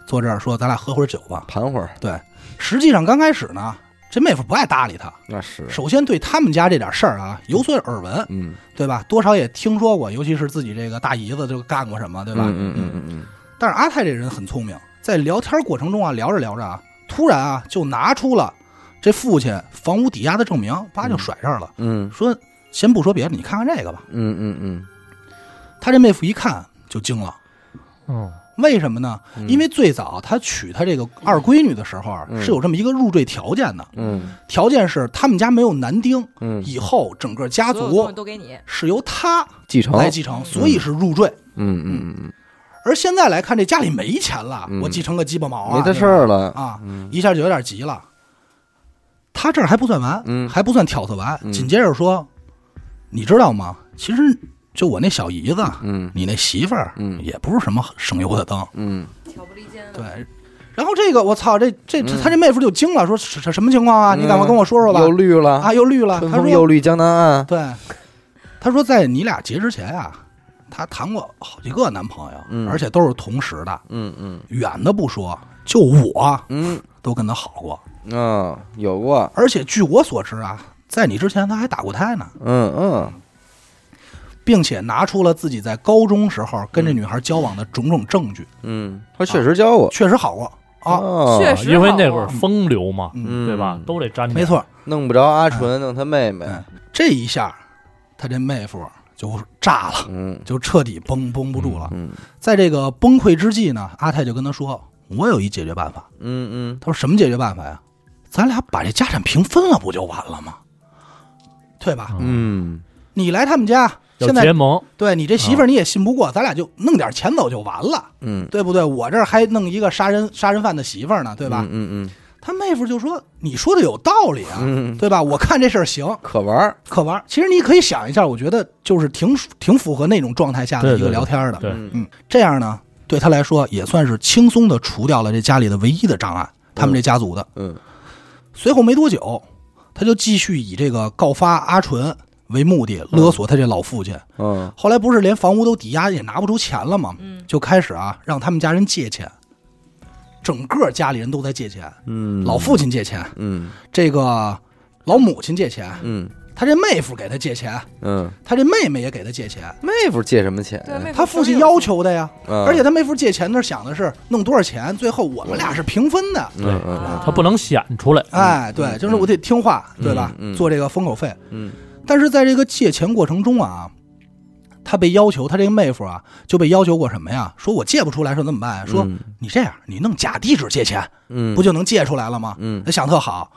S2: 坐这儿说：“咱俩喝会儿酒吧。
S1: 盘会儿”
S2: 对，实际上刚开始呢，这妹夫不爱搭理他，
S1: 那是，
S2: 首先对他们家这点事儿啊有所耳闻，
S1: 嗯，
S2: 对吧？多少也听说过，尤其是自己这个大姨子就干过什么，对吧？
S1: 嗯嗯嗯嗯
S2: 但是阿泰这人很聪明，在聊天过程中啊，聊着聊着啊，突然啊就拿出了这父亲房屋抵押的证明，叭就甩这儿了，
S1: 嗯
S2: 说先不说别的，你看看这个吧。
S1: 嗯嗯嗯
S2: 他这妹夫一看就惊了，
S3: 嗯
S2: 为什么呢？因为最早他娶他这个二闺女的时候啊，
S1: 嗯
S2: 是有这么一个入赘条件的，
S1: 嗯
S2: 条件是他们家没有男丁，
S1: 嗯，
S2: 以后整个家
S4: 所有东
S2: 族
S4: 西都给你，
S2: 是由他
S1: 继承，
S2: 来继承，所以是入赘。
S1: 哦嗯嗯嗯
S2: 而现在来看，这家里没钱了，
S1: 嗯
S2: 我继承个鸡巴毛
S1: 嗯，没
S2: 啊！
S1: 这
S2: 对吧
S1: 事儿了，
S2: 啊，一下就有点急了。他这儿还不算完，
S1: 嗯
S2: 还不算挑唆完，
S1: 嗯
S2: 紧接着说：“你知道吗？其实就我那小姨子，
S1: 嗯
S2: 你那媳妇儿，
S1: 嗯
S2: 也不是什么省油的灯。
S1: 嗯
S4: 挑拨离间”
S2: 对，然后这个我操，这这这他这妹夫就惊了，说：“什什什么情况啊？你赶快跟我说说吧
S1: 嗯又。绿”了，
S2: 啊，又绿了。
S1: 春
S2: 他
S1: 风又
S2: 说
S1: 绿江南岸：“，
S2: 对，他说在你俩结之前啊，他谈过好几个男朋友，
S1: 嗯
S2: 而且都是同时的，
S1: 嗯嗯
S2: 远的不说，就我
S1: 嗯
S2: 都跟他好过。”
S1: 嗯、啊有过，
S2: 而且据我所知啊，在你之前他还打过胎呢，
S1: 嗯嗯
S2: 并且拿出了自己在高中时候跟这女孩交往的种种证据，
S1: 嗯，他确实教我
S2: 确实好过啊，
S1: 哦
S4: 确实
S3: 因为
S4: 好
S3: 那
S4: 啊
S3: 会儿风流嘛，
S2: 嗯
S1: 嗯
S3: 对吧？都得沾点
S2: 没，错，
S1: 弄不着阿纯，弄他妹妹，
S2: 嗯，这一下他这妹夫就炸了，
S1: 嗯
S2: 就彻底绷绷不住了。
S1: 嗯
S2: 在这个崩溃之际呢，阿泰就跟他说：“我有一解决办法。
S1: 嗯”
S2: 他说：“什么解决办法呀？咱俩把这家产平分了，不就完了吗？对吧？
S1: 嗯嗯
S2: 你来他们家，
S3: 要
S2: 现
S3: 结
S2: 在
S3: 盟，
S2: 对你这媳妇儿你也信不过，咱俩就弄点钱走就完了。”
S1: 嗯，
S2: 对不对？我这儿还弄一个杀人杀人犯的媳妇儿呢，对吧？
S1: 嗯嗯
S2: 他妹夫就说：“你说的有道理啊，
S1: 嗯，
S2: 对吧？我看这事儿行，
S1: 可玩儿，
S2: 可玩儿。其实你可以想一下，我觉得就是挺挺符合那种状态下的
S3: 对
S2: 一个
S3: 对
S2: 聊天的。
S3: 对
S1: 嗯
S2: 嗯，这样呢，对他来说也算是轻松的除掉了这家里的唯一的障碍，他们这家族的。
S1: 嗯
S2: 随后没多久，他就继续以这个告发阿纯为目的勒索他这老父亲。
S1: 嗯
S2: 后来不是连房屋都抵押也拿不出钱了吗？
S4: 嗯
S2: 就开始啊让他们家人借钱，整个家里人都在借钱，
S1: 嗯，
S2: 老父亲借钱，
S1: 嗯
S2: 这个老母亲借钱，
S1: 嗯
S2: 他这妹夫给他借钱，
S1: 嗯，
S2: 他这妹妹也给他借钱，
S1: 妹夫借什么钱？
S4: 对，妹
S2: 他父亲要，求的呀。
S1: 嗯
S2: 而且他妹夫借钱那儿想的是弄多少钱，最后我们俩是平分的。
S1: 嗯嗯
S4: 啊
S3: 他不能显出来。
S2: 哎，对，就是我得听话，对吧
S1: 嗯嗯？
S2: 做这个封口费。
S1: 嗯
S2: 但是在这个借钱过程中啊，他被要求，他这个妹夫啊就被要求过什么呀？说我借不出来，说怎么办呀？说
S1: 嗯
S2: 你这样，你弄假地址借钱，
S1: 嗯，
S2: 不就能借出来了吗？
S1: 嗯
S2: 他想特好，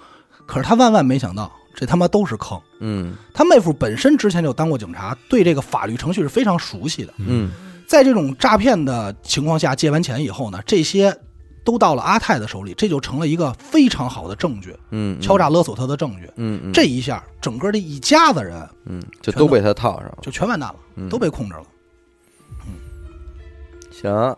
S2: 可是他万万没想到，这他妈都是坑。
S1: 嗯
S2: 他妹夫本身之前就当过警察，对这个法律程序是非常熟悉的。
S1: 嗯
S2: 在这种诈骗的情况下，借完钱以后呢，这些都到了阿泰的手里，这就成了一个非常好的证据，
S1: 嗯，
S2: 敲诈勒索他的证据。
S1: 嗯，
S2: 这一下，整个这一家子人
S1: 嗯就都被他套上了，
S2: 就全完蛋
S1: 嗯
S2: 了，都被控制了。
S1: 行，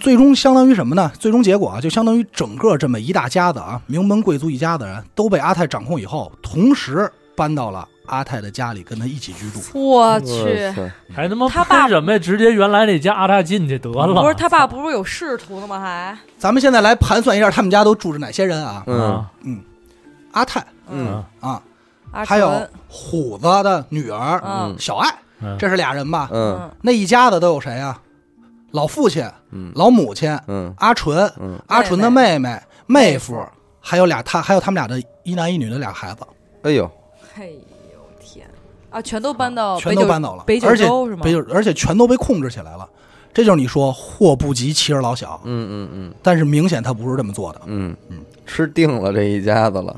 S2: 最终相当于什么呢？最终结果啊，就相当于整个这么一大家子啊，名门贵族一家子人都被阿泰掌控以后，同时搬到了阿泰的家里，跟他一起居住。
S4: 我去，
S3: 还他妈
S4: 他爸
S3: 喷什么呀？直接原来那家阿大进去得了。
S4: 不是他爸不是有仕途的吗？还
S2: 咱们现在来盘算一下，他们家都住着哪些人啊？
S1: 嗯
S3: 啊
S2: 阿泰
S1: 嗯
S2: 啊，
S4: 阿
S2: 还有
S4: 纯
S2: 虎子的女儿
S4: 嗯
S2: 小爱，
S3: 嗯
S2: 这是俩人吧？
S1: 嗯
S4: 嗯，
S2: 那一家子都有谁啊？老父亲、
S1: 嗯
S2: 老母亲、
S1: 嗯
S2: 阿纯、
S1: 嗯，
S2: 阿纯的妹妹、妹
S4: 妹
S2: 夫，还有俩他，还有他们俩的一男一女的俩孩子，
S1: 哎呦，
S4: 嘿呦天啊，全都搬到
S2: 全都搬走了，
S4: 北九
S2: 而
S4: 北
S2: 且
S4: 九州是吗
S2: 北？九，而且全都被控制起来了。这就是你说祸不及妻儿老小，
S1: 嗯嗯
S2: 但是明显他不是这么做的。
S1: 嗯嗯，吃定了这一家子了。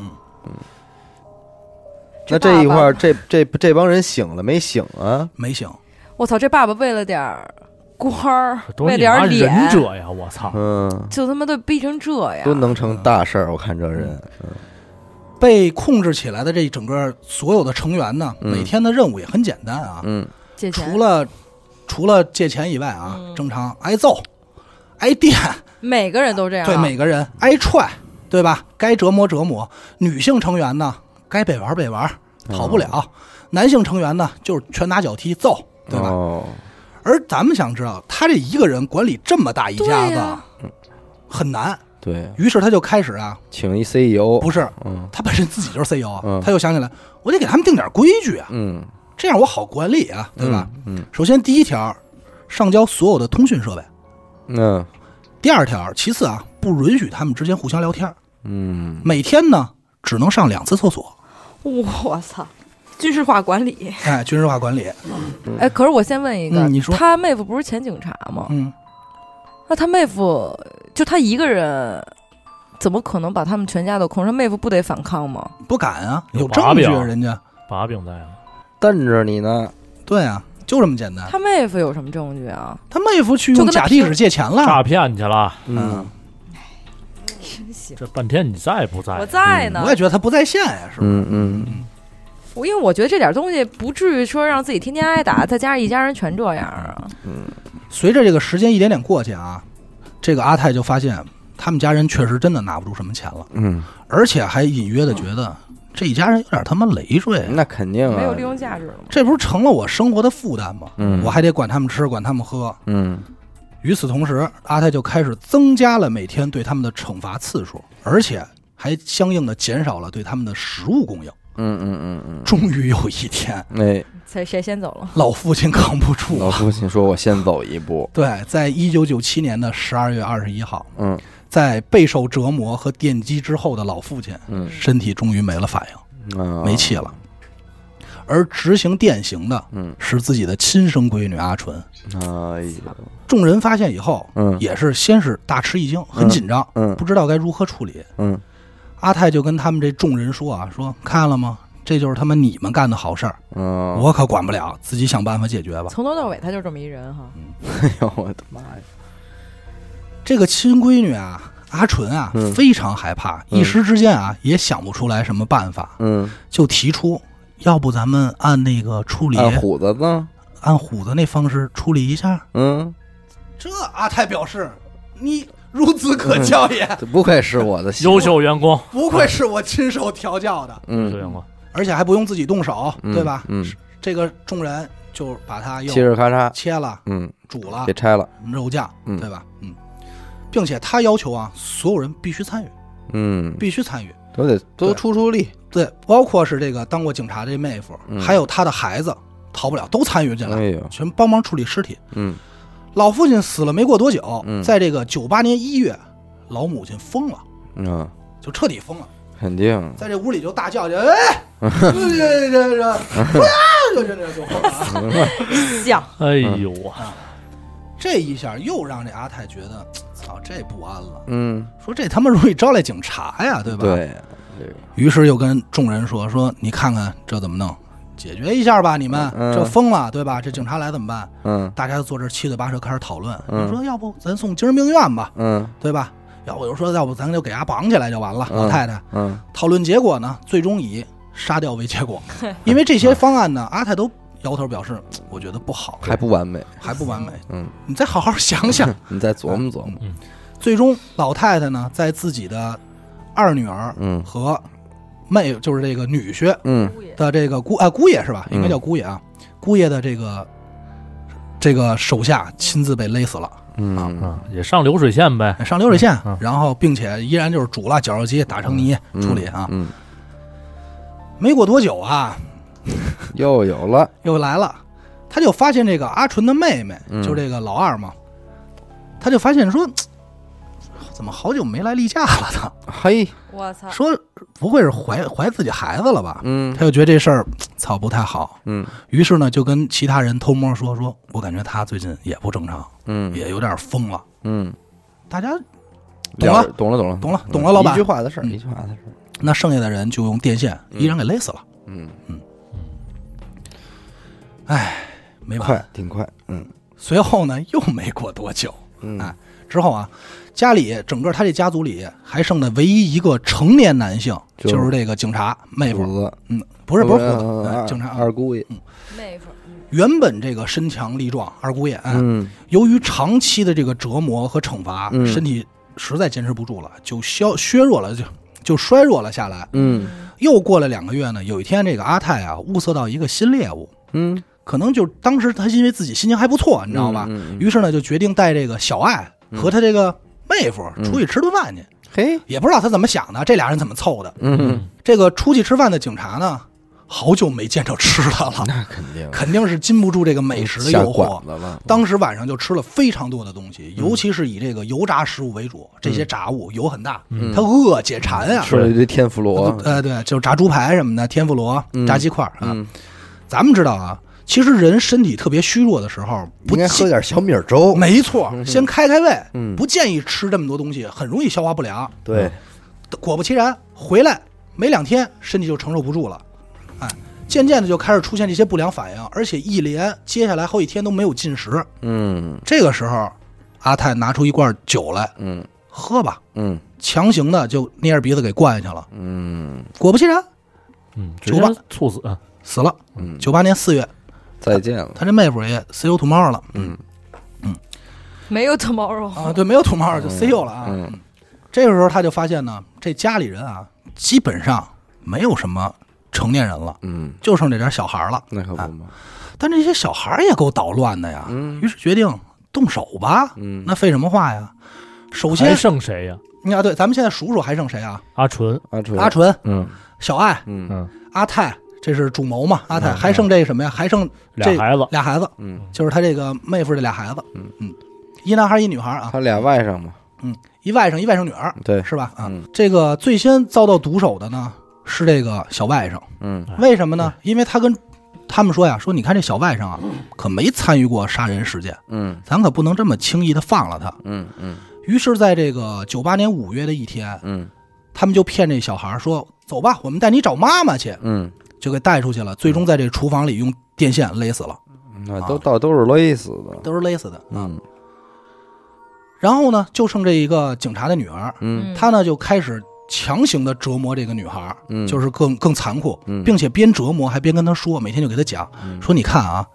S1: 那
S4: 这
S1: 这一
S4: 爸爸
S1: 块儿，这这这帮人醒了没醒啊？
S2: 没醒，
S4: 我操，这爸爸为了点儿官儿，
S3: 都
S4: 为
S3: 是
S4: 了
S3: 你
S4: 点
S3: 妈忍
S4: 儿脸，
S3: 者呀！我操，
S1: 嗯，
S4: 就他妈都逼成这样
S1: 都。能成大事儿，我看这人。
S2: 被控制起来的这整个所有的成员呢，
S1: 嗯
S2: 每天的任务也很简单啊，
S1: 嗯
S4: 借钱
S2: 除了除了借钱以外啊，
S4: 嗯
S2: 正常挨揍、挨电，
S4: 每个人都这样啊，
S2: 对每个人挨踹，对吧？该折磨折磨。女性成员呢，该被玩被玩，讨不了；
S1: 哦
S2: 男性成员呢，就是拳打脚踢揍，对吧？
S1: 哦，
S2: 而咱们想知道，他这一个人管理这么大一家
S4: 对
S2: 子、
S4: 呀
S2: 很难，
S1: 对，
S2: 于是他就开始啊，
S1: 请一 CEO，
S2: 不是
S1: 嗯
S2: 他本身自己就是 CEO，、
S1: 嗯
S2: 啊他又想起来，我得给他们定点规矩啊，
S1: 嗯，
S2: 这样我好管理啊，对吧？
S1: 嗯？嗯
S2: 首先第一条，上交所有的通讯设备；
S1: 那
S2: 第二条，其次啊，不允许他们之间互相聊天，
S1: 嗯，
S2: 每天呢只能上两次厕所。
S4: 我操，军事化管理。
S2: 哎，军事化管理，
S3: 啊
S4: 哎，可是我先问一个，
S2: 嗯嗯你说
S4: 他妹夫不是前警察吗？
S2: 嗯，
S4: 那他妹夫就他一个人，怎么可能把他们全家都控制？他妹夫不得反抗吗？
S2: 不敢啊，
S3: 有
S2: 有证
S3: 把
S2: 据
S3: 柄
S2: 啊，人家，
S3: 把柄在啊，
S1: 瞪着你呢，
S2: 对啊，就这么简单。
S4: 他妹夫有什么证据啊？
S2: 他妹夫去
S4: 就
S2: 用
S4: 跟他
S2: 假地址
S4: 拼
S2: 借钱了
S3: 诈，骗去了。
S1: 嗯，
S4: 真行，
S3: 这半天你在不在？
S4: 我在呢
S2: 我，也觉得他不在线呀，是吧？
S1: 嗯嗯，
S4: 我因为我觉得这点东西不至于说让自己天天挨打，再加上一家人全这样啊。
S2: 随着这个时间一点点过去啊，这个阿泰就发现他们家人确实真的拿不出什么钱了，
S1: 嗯，
S2: 而且还隐约的觉得这一家人有点他妈累赘啊，
S1: 那肯定
S4: 没有
S1: 啊
S4: 利，用价值了吗？
S2: 这不是成了我生活的负担吗？
S1: 嗯
S2: 我还得管他们吃，管他们喝。
S1: 嗯
S2: 与此同时，阿泰就开始增加了每天对他们的惩罚次数，而且还相应的减少了对他们的食物供应。
S1: 嗯嗯嗯
S2: 终于有一天，
S1: 嗯，哎，
S4: 谁谁先走了？
S2: 老父亲扛不住
S1: 老
S2: 了。
S1: 父亲说我先走一步，
S2: 对，在一九九七年的十二月二十一号，
S1: 嗯
S2: 在备受折磨和电击之后的老父亲，
S1: 嗯
S2: 身体终于没了反应，
S1: 啊，
S2: 没气了。而执行电刑的
S1: 嗯，
S2: 是自己的亲生闺女阿纯。
S1: 哎呀，
S2: 众人发现以后，
S1: 嗯
S2: 也是先是大吃一惊，很紧张，
S1: 嗯
S2: 不知道该如何处理。
S1: 嗯
S2: 阿泰就跟他们这众人说啊，说看了吗？这就是他妈你们干的好事儿，
S1: 嗯，
S2: 我可管不了，自己想办法解决吧。
S4: 从头到尾他就这么一人哈，
S1: 哎呦我的妈呀，
S2: 这个亲闺女啊，阿纯啊，
S1: 嗯
S2: 非常害怕，
S1: 嗯
S2: 一时之间啊也想不出来什么办法，
S1: 嗯，
S2: 就提出，要不咱们按那个处理
S1: 按虎子呢，
S2: 按虎子那方式处理一下。
S1: 嗯，
S2: 这阿泰表示，你孺子可教也，
S1: 这不愧是我的媳妇
S3: 优，秀员工，
S2: 不愧是我亲手调教的。
S3: 优秀
S1: 嗯，
S3: 员工，
S2: 而且还不用自己动手，
S1: 嗯
S2: 对吧？
S1: 嗯，
S2: 这个众人就把它又
S1: 嘁哩咔嚓，
S2: 切了、
S1: 嗯，
S2: 煮了
S1: 给、拆了，
S2: 肉酱，
S1: 嗯
S2: 对吧？嗯，并且他要求啊，所有人必须参与，
S1: 嗯，
S2: 必须参与。
S1: 都得都
S2: 对
S1: 出出力，
S2: 对，包括是这个当过警察这妹夫，
S1: 嗯
S2: 还有他的孩子，逃不了，都参与进来，
S1: 哎呦，
S2: 全帮忙处理尸体。
S1: 嗯，
S2: 老父亲死了没过多久，
S1: 嗯
S2: 在这个九八年一月，老母亲疯了，
S1: 嗯，
S2: 就彻底疯了，
S1: 肯定，
S2: 在这屋里就大叫去，哎，这这这这，啊，就这这就疯了啊。
S4: 像
S3: 哎呦我，
S2: 这一下又让这阿泰觉得，操，这不安了。
S1: 嗯，
S2: 说这他妈容易招来警察呀，对吧？。
S1: 对，这个
S2: 于是又跟众人说：“说你看看这怎么弄，解决一下吧，你们、
S1: 嗯
S2: 这疯了，对吧？这警察来怎么办？
S1: 嗯
S2: 大家就坐这儿七嘴八舌开始讨论。
S1: 嗯
S2: 你说要不咱送精神病院吧，
S1: 嗯
S2: 对吧？要不有人说要不咱就给他绑起来就完了。
S1: 嗯
S2: 老太太
S1: 嗯
S2: 讨论结果呢，最终以杀掉 为结果，因为这些方案呢，阿泰都摇头表示，我觉得不好，
S1: 还不完美，
S2: 还不完美，
S1: 嗯，
S2: 你再好好想想。”
S1: 你再琢磨琢磨，
S2: 最终，老太太呢，在自己的二女儿
S1: 嗯
S2: 和妹，就是这个女婿
S1: 嗯
S2: 的这个姑啊姑爷是吧？
S1: 嗯
S2: 应该叫姑爷啊，姑爷的这个这个手下亲自被勒死了，
S1: 嗯
S3: 啊，也上流水线呗，
S2: 上流水线
S3: 嗯嗯，
S2: 然后并且依然就是煮了绞肉机，打成泥
S1: 嗯，
S2: 处理啊。
S1: 嗯，
S2: 没过多久啊，
S1: 又有了，
S2: 又来了，他就发现这个阿纯的妹妹
S1: 嗯，
S2: 就这个老二嘛，他就发现说，嘖怎么好久没来例假了呢？
S1: 嘿，
S4: 我操，
S2: 说不会是怀怀自己孩子了吧？
S1: 嗯
S2: 他就觉得这事儿操不太好，
S1: 嗯
S2: 于是呢就跟其他人偷摸说说，我感觉他最近也不正常，
S1: 嗯
S2: 也有点疯了。
S1: 嗯，
S2: 大家懂
S1: 了
S2: 了，
S1: 懂了，懂了，
S2: 懂了，懂了，老
S1: 一
S2: 板
S1: 句。话的事儿，
S2: 嗯
S1: 一句话的事儿，
S2: 那剩下的人就用电线依然给勒死了，
S1: 嗯，
S2: 没办法。
S1: 快，挺快，嗯
S2: 随后呢又没过多久，
S1: 嗯
S2: 哎，之后啊，家里整个他这家族里还剩的唯一一个成年男性
S1: 就
S2: 就是这个警察妹夫，
S1: 子
S2: 嗯，不是不是胡
S1: 呃
S2: 子，哎警察啊
S1: 二姑爷，
S4: 妹夫，嗯
S2: 原本这个身强力壮二姑爷，哎
S1: 嗯，
S2: 由于长期的这个折磨和惩罚，
S1: 嗯
S2: 身体实在坚持不住了，就消削弱了，就就衰弱了下来。
S1: 嗯
S2: 又过了两个月呢，有一天这个阿泰啊物色到一个新猎物，
S1: 嗯，
S2: 可能就当时他因为自己心情还不错，你知道吧？
S1: 嗯嗯嗯
S2: 于是呢就决定带这个小爱和他这个妹夫出去吃顿饭去，
S1: 嘿，
S2: 也不知道他怎么想的，这俩人怎么凑的。
S1: 嗯，
S2: 这个出去吃饭的警察呢，好久没见着吃的了，
S1: 那肯定
S2: 肯定是禁不住这个美食的
S1: 下
S2: 诱惑
S1: 馆。子了，嗯
S2: 当时晚上就吃了非常多的东西，尤其是以这个油炸食物为主，这些炸物油很大，
S1: 嗯
S2: 它饿解馋啊。
S1: 吃了一堆天妇罗，
S2: 呃，对，就是炸猪排什么的，天妇罗、炸鸡块儿啊。
S1: 嗯，
S2: 咱们知道啊，其实人身体特别虚弱的时候，不嗯
S1: 应该喝
S2: 建
S1: 点小米儿粥，
S2: 没错，先开开胃，
S1: 嗯
S2: 不建议吃这么多东西，很容易消化不良。
S1: 对，
S2: 果不其然，回来没两天，身体就承受不住了，哎，渐渐的就开始出现这些不良反应，而且一连接下来好几天都没有进食。
S1: 嗯
S2: 这个时候，阿泰拿出一罐酒来，
S1: 嗯
S2: 喝吧，
S1: 嗯
S2: 强行的就捏着鼻子给灌下去了。
S1: 嗯，
S2: 果不其然，
S3: 嗯，直
S2: 酒
S3: 接
S2: 吧
S3: 猝死，
S2: 死了。
S1: 嗯
S2: 九八年四月，
S1: 再见了，
S2: 他这妹夫也 CEO 土猫了
S1: 嗯
S4: 没有 tomorrow
S2: 啊，对，没有土猫就 CEO 了啊。
S1: 哦嗯
S2: 这个时候他就发现呢，这家里人啊，基本上没有什么成年人了，
S1: 嗯，
S2: 就剩这点小孩儿了。
S1: 那可不嘛，
S2: 但这些小孩儿也够捣乱的呀，啊于是决定动手吧。
S1: 嗯
S2: 那废什么话呀？首
S3: 还
S2: 先，
S3: 剩谁呀？
S2: 你看，对，咱们现在数数还剩谁啊？
S3: 阿纯，
S1: 阿纯，
S2: 阿，纯、
S1: 嗯
S2: 小爱、
S1: 嗯
S3: 嗯，
S2: 阿泰，这是主谋嘛？阿泰还剩这什么呀？还剩这
S3: 俩孩子，
S2: 俩孩子，
S1: 嗯，
S2: 就是他这个妹夫这俩孩子，
S1: 嗯
S2: 一男孩一女孩啊，
S1: 他俩外甥嘛，
S2: 嗯，一外甥一外甥女儿，
S1: 对，
S2: 是吧？啊，
S1: 嗯
S2: 这个最先遭到毒手的呢是这个小外甥，
S1: 嗯
S2: 为什么呢？因为他跟他们说呀，说你看这小外甥啊，可没参与过杀人事件，
S1: 嗯
S2: 咱可不能这么轻易的放了他。
S1: 嗯嗯
S2: 于是，在这个九八年五月的一天，
S1: 嗯
S2: 他们就骗这小孩儿说：“走吧，我们带你找妈妈去。”
S1: 嗯，
S2: 就给带出去了，最终在这厨房里用电线勒死了，
S1: 嗯那都到都是勒死的，
S2: 都是勒死的。
S1: 嗯
S2: 然后呢，就剩这一个警察的女儿，
S1: 嗯
S2: 她呢就开始强行的折磨这个女孩，
S1: 嗯，
S2: 就是是更更残酷，
S1: 嗯
S2: 并且边折磨还边跟她说，每天就给她讲，说你看啊，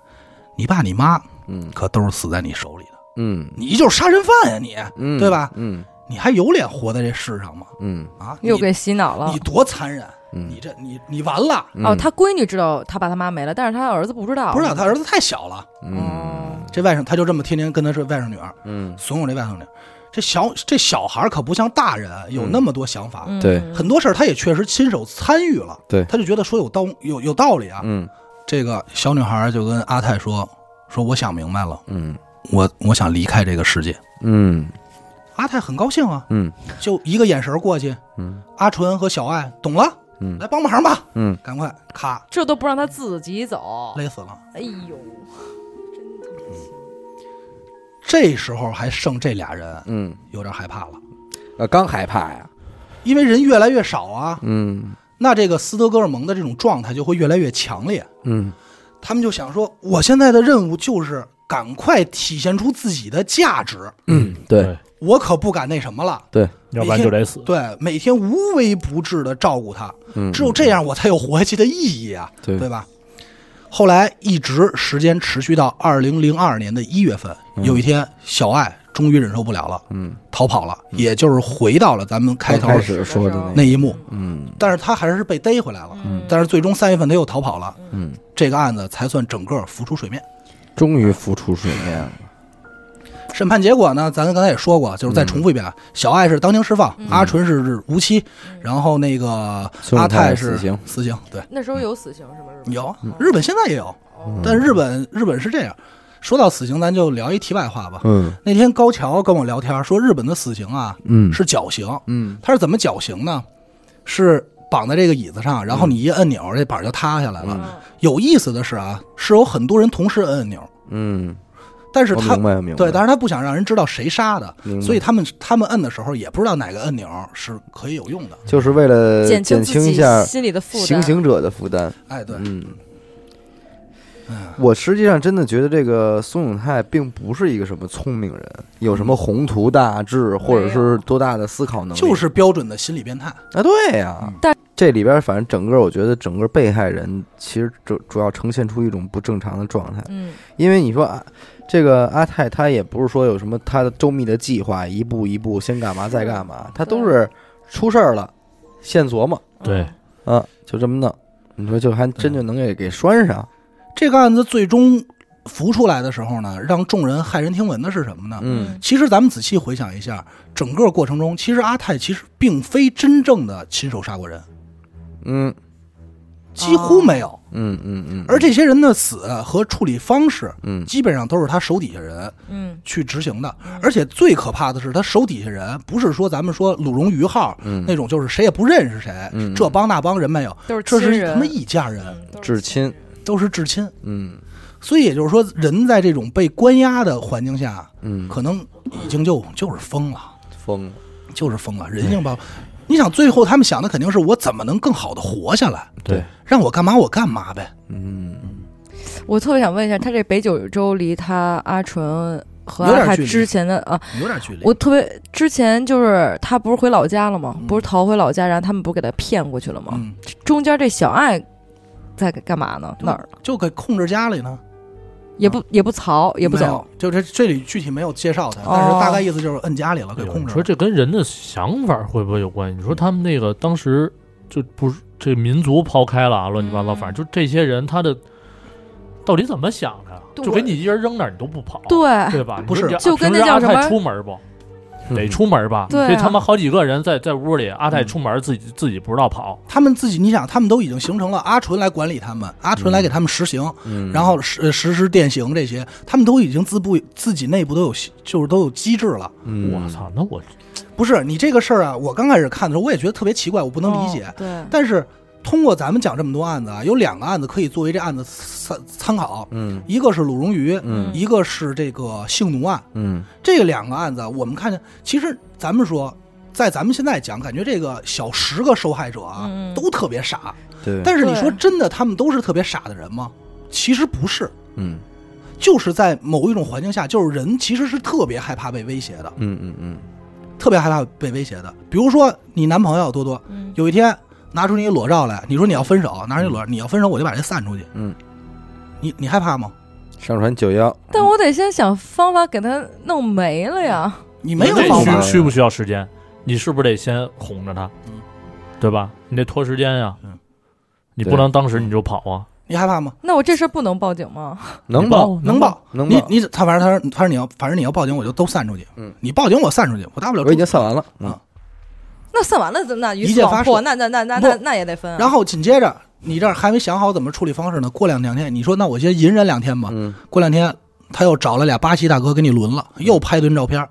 S2: 你爸你妈
S1: 嗯
S2: 可都是死在你手里的，
S1: 嗯
S2: 你就是杀人犯呀、你，
S1: 嗯，
S2: 对吧？
S1: 嗯
S2: 你还有脸活在这世上吗？
S1: 嗯
S2: 啊，
S4: 又
S2: 你
S4: 给洗脑了
S2: 你。多残忍，
S1: 嗯，
S2: 你这你你完了，
S4: 哦，他闺女知道他爸他妈没了，但是他儿子不知道。哦
S2: 不是他儿子太小了，
S1: 嗯
S2: 这外甥他就这么天天跟他说外甥女儿。
S1: 嗯
S2: 怂恿这外头呢，这小这小孩儿可不像大人
S1: 嗯
S2: 有那么多想法，
S4: 嗯，
S1: 对
S2: 很多事儿他也确实亲手参与了，
S1: 对
S2: 他就觉得说有道有有道理啊。
S1: 嗯
S2: 这个小女孩儿就跟阿泰说说我想明白了，
S1: 嗯
S2: 我我想离开这个世界。
S1: 嗯
S2: 阿泰很高兴啊，
S1: 嗯
S2: 就一个眼神儿过去，
S1: 嗯，
S2: 阿纯和小爱懂了，
S1: 嗯
S2: 来帮忙吧，
S1: 嗯
S2: 赶快咔
S4: 这都不让他自己走。
S2: 勒死了。
S4: 哎呦，
S2: 这时候还剩这俩人，
S1: 嗯，
S2: 有点害怕了，
S1: 呃，刚害怕呀，
S2: 因为人越来越少啊，
S1: 嗯
S2: 那这个斯德哥尔摩的这种状态就会越来越强烈。
S1: 嗯
S2: 他们就想说，我现在的任务就是赶快体现出自己的价值，
S1: 嗯，对
S2: 我可不敢那什么了。
S1: 对，
S3: 要不然就得死。
S2: 对，每天无微不至的照顾他，
S1: 嗯，
S2: 只有这样我才有活下去的意义啊，
S1: 对
S2: 对吧？后来一直时间持续到二零零二年的一月份，有一天小爱终于忍受不了了，
S1: 嗯，
S2: 逃跑了，也就是回到了咱们开头
S1: 开始说的
S2: 那
S1: 那，
S2: 一幕，
S1: 嗯
S2: 但是他还是被逮回来了，
S4: 嗯
S2: 但是最终三月份他又逃跑了，
S1: 嗯，
S2: 这个案子才算整个浮出水面。
S1: 终于浮出水面了，
S2: 审判结果呢，咱刚才也说过，就是再重复一遍啊，
S1: 嗯
S2: 小爱是当庭释放，阿纯是无期，然后那个
S1: 孙
S2: 阿
S1: 永泰
S2: 泰
S1: 是
S2: 是
S1: 死刑
S2: 死刑，对，
S4: 那时候有死刑是吗？日本
S2: 有啊日本现在也有，
S1: 嗯
S2: 但日本日本是这样。说到死刑，咱就聊一题外话吧。
S1: 嗯
S2: 那天高桥跟我聊天说，日本的死刑啊
S1: 嗯
S2: 是绞刑，
S1: 嗯
S2: 他是怎么绞刑呢？是绑在这个椅子上，
S1: 嗯
S2: 然后你一按钮，这板就塌下来了。
S4: 嗯
S2: 有意思的是啊，是有很多人同时按按钮，
S1: 嗯，
S2: 但是
S1: 我
S2: 他
S1: 明白明白，
S2: 对，但是他不想让人知道谁杀的
S1: 明，白
S2: 所以他们他们摁的时候也不知道哪个按钮是可以有用的。
S1: 就是为了
S4: 减
S1: 呃减
S4: 自
S1: 轻一
S4: 己
S1: 下
S4: 心里的负担。
S1: 嗯
S2: 哎
S1: 行刑者的负担，
S2: 哎，对，
S1: 嗯
S2: 嗯
S1: 我实际上真的觉得这个孙永泰并不是一个什么聪明人，有什么宏图大志或者是多大的思考能力，
S2: 就是标准的心理变态。
S1: 啊，对呀、
S2: 嗯
S4: 但
S1: 这里边反正整个我觉得整个被害人其实主主要呈现出一种不正常的状态，
S4: 嗯，
S1: 因为你说啊，这个阿泰他也不是说有什么他的周密的计划，一步一步先干嘛再干嘛，他都是出事儿了，现琢磨
S3: 对
S4: 嗯，
S1: 啊，就这么弄。你说就还真就能给给拴上，
S2: 这个案子最终浮出来的时候呢，让众人骇人听闻的是什么呢？
S1: 嗯
S2: 其实咱们仔细回想一下，整个过程中，其实阿泰其实并非真正的亲手杀过人，
S1: 嗯
S2: 几乎没有。
S1: 嗯嗯嗯，
S2: 而这些人的死和处理方式，
S1: 嗯
S2: 基本上都是他手底下人
S4: 嗯
S2: 去执行的。而且最可怕的是，他手底下人不是说咱们说鲁荣于号
S1: 嗯
S2: 那种，就是谁也不认识谁，
S1: 嗯
S2: 这帮那帮人没有，
S4: 都是
S2: 这
S4: 亲
S2: 是
S4: 人
S2: 他妈一家人，
S4: 嗯都是
S1: 至亲，
S2: 都是至亲。
S1: 嗯
S2: 所以也就是说，人在这种被关押的环境下，
S1: 嗯，
S2: 可能已经就就是疯了。
S1: 疯了，
S2: 就是疯了，人性吧。你想，最后他们想的肯定是我怎么能更好的活下来，
S3: 对，
S2: 让我干嘛我干嘛呗。
S1: 嗯
S4: 我特别想问一下，他这北九州离他阿纯和
S2: 有点
S4: 阿泰
S2: 距离
S4: 之前的啊，
S2: 有点距离
S4: 我特别之前就是他不是回老家了吗？
S2: 嗯
S4: 不是逃回老家，然后他们不是给他骗过去了吗？
S2: 嗯，
S4: 中间这小爱在干嘛呢？哪儿呢
S2: 就给控制家里呢，
S4: 也不也不逃也不
S2: 嗯没
S4: 走
S2: 有，，就这这里具体没有介绍他，
S4: 哦
S2: 但是大概意思就是摁家里了，给控
S3: 哎你
S2: 制
S3: 说
S2: 了。嗯
S3: 这跟人的想法会不会有关系？你说他们那个当时就不是这民族抛开了啊，乱七八糟，
S4: 嗯
S3: 反正就这些人他的到底怎么想的呀？
S4: 对
S3: 就给你一人扔那儿，你都不跑，
S4: 对，
S3: 对吧？
S2: 不是
S3: 你说这
S4: 就跟那
S3: 平时
S4: 叫什么
S3: 阿泰出门不？嗯
S1: 嗯
S3: 得出门吧？
S4: 对啊
S3: 这他妈好几个人在在屋里，阿泰
S2: 嗯
S3: 出门自己自己不知道跑，
S2: 他们自己，你想，他们都已经形成了阿纯来管理他们，阿纯来给他们实行，
S1: 嗯，
S2: 然后实实施电刑这些，他们都已经自部自己内部都有就是都有机制了。
S1: 嗯
S3: 我，操！那我
S2: 不是你这个事儿啊，我刚开始看的时候我也觉得特别奇怪，我不
S4: 不
S2: 能理解。
S4: 哦
S1: 嗯
S4: 对，
S2: 但是通过咱们讲这么多案子啊，有两个案子可以作为这案子参参考，
S1: 嗯
S2: 一个是鲁荣于，
S1: 嗯
S2: 一个是这个性奴案。
S1: 嗯
S2: 这两个案子啊，我们看见，其实咱们说，在咱们现在讲，感觉这个小十个受害者啊，
S4: 嗯嗯
S2: 都特别傻。
S1: 对，
S2: 但是你说
S4: 对
S2: 真的，他们都是特别傻的人吗？其实不是，
S1: 嗯
S2: 就是在某一种环境下，就是人其实是特别害怕被威胁的，
S1: 嗯嗯嗯
S2: 特别害怕被威胁的。比如说你男朋友多多，
S4: 嗯
S2: 有一天拿出你裸照来，你说你要分手，拿出你裸，照，你要分手我就把这散出去。
S1: 嗯，
S2: 你你害怕吗？
S1: 上传九幺，
S4: 但我得先想方法给他弄没了呀。
S2: 你没有
S3: 这
S2: 方
S1: 法
S2: 法
S3: 需，需不需要时间？你是不是得先哄着他
S2: 嗯，
S3: 对吧？你得拖时间呀
S2: 嗯，
S3: 你
S1: 对
S3: 不能当时你就跑啊，
S2: 你害怕吗？
S4: 那我这事儿不能报警吗？
S1: 能
S3: 你
S1: 报
S3: 报
S2: 能报，
S1: 能
S2: 你
S1: 报
S2: 你他反正他说他说你要反正你要报警我就都散出去。
S1: 嗯，
S2: 你报警我散出去，我大不了
S1: 我已
S2: 出
S1: 经算完了，嗯
S4: 那算完了，那鱼
S2: 一
S4: 死
S2: 键
S4: 网
S2: 发
S4: 破，
S2: 射
S4: 那那那那那
S2: 不
S4: 那也得分啊。
S2: 然后紧接着你这儿还没想好怎么处理方式呢，过两两天你说那我先隐忍两天吧。
S1: 嗯，
S2: 过两天他又找了俩巴西大哥给你轮了，又拍顿照片儿。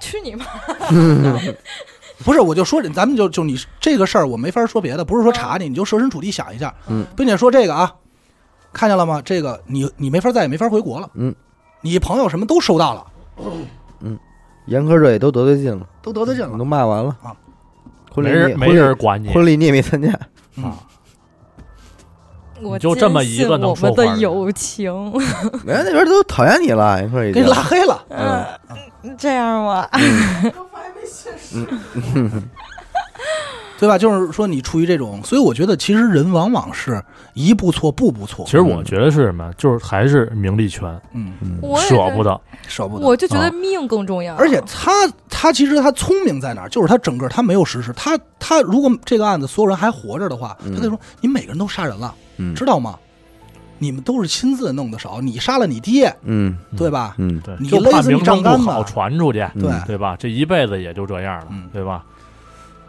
S4: 去你妈！
S2: 不是，我就说咱们就就你这个事儿，我没法说别的，不是说查你，你就设身处地想一下，
S1: 嗯，
S2: 并且说这个啊，看见了吗？这个你你没法再也没法回国了，
S1: 嗯，
S2: 你朋友什么都收到了，
S1: 严苛这也都得罪尽了，
S2: 都得罪尽
S1: 你
S2: 了
S1: 都骂完了
S2: 啊，
S1: 婚
S3: 没
S1: 礼
S3: 人
S1: 你
S3: 没人管你
S1: 婚礼，婚礼你也没参加，
S2: 嗯
S4: 我
S3: 就这么
S4: 坚
S3: 一
S4: 信
S3: 个能
S4: 我
S3: 说
S4: 们
S3: 话
S4: 的
S3: 的
S4: 友情，
S1: 人家那边都讨厌你了，你说已
S2: 给
S1: 经
S2: 你拉黑了。
S1: 嗯
S4: 这样吗？
S2: 对吧？就是说你处于这种，所以我觉得其实人往往是一步错步步错
S3: 其，实我觉得是什么，就是还是名利权
S2: 嗯，
S4: 我也
S3: 舍
S4: 觉
S3: 不
S4: 得，
S3: 得，
S2: 舍不得。
S4: 我就觉得命更重要。
S2: 而且他他其实他聪明在哪儿？就是他整个他没有实施，他他如果这个案子所有人还活着的话，他可以说你每个人都杀人了，
S1: 嗯
S2: 知道吗？你们都是亲自弄的手，你杀了你爹，
S1: 嗯
S2: 对吧？
S1: 嗯
S3: 对，
S2: 你
S3: 就
S2: 勒
S3: 怕
S2: 死你
S3: 名
S2: 丈
S3: 声
S2: 干
S3: 不
S2: 嘛
S3: 好传出去，
S2: 对
S1: 嗯
S3: 对吧？这一辈子也就这样了
S2: 嗯，
S3: 对吧？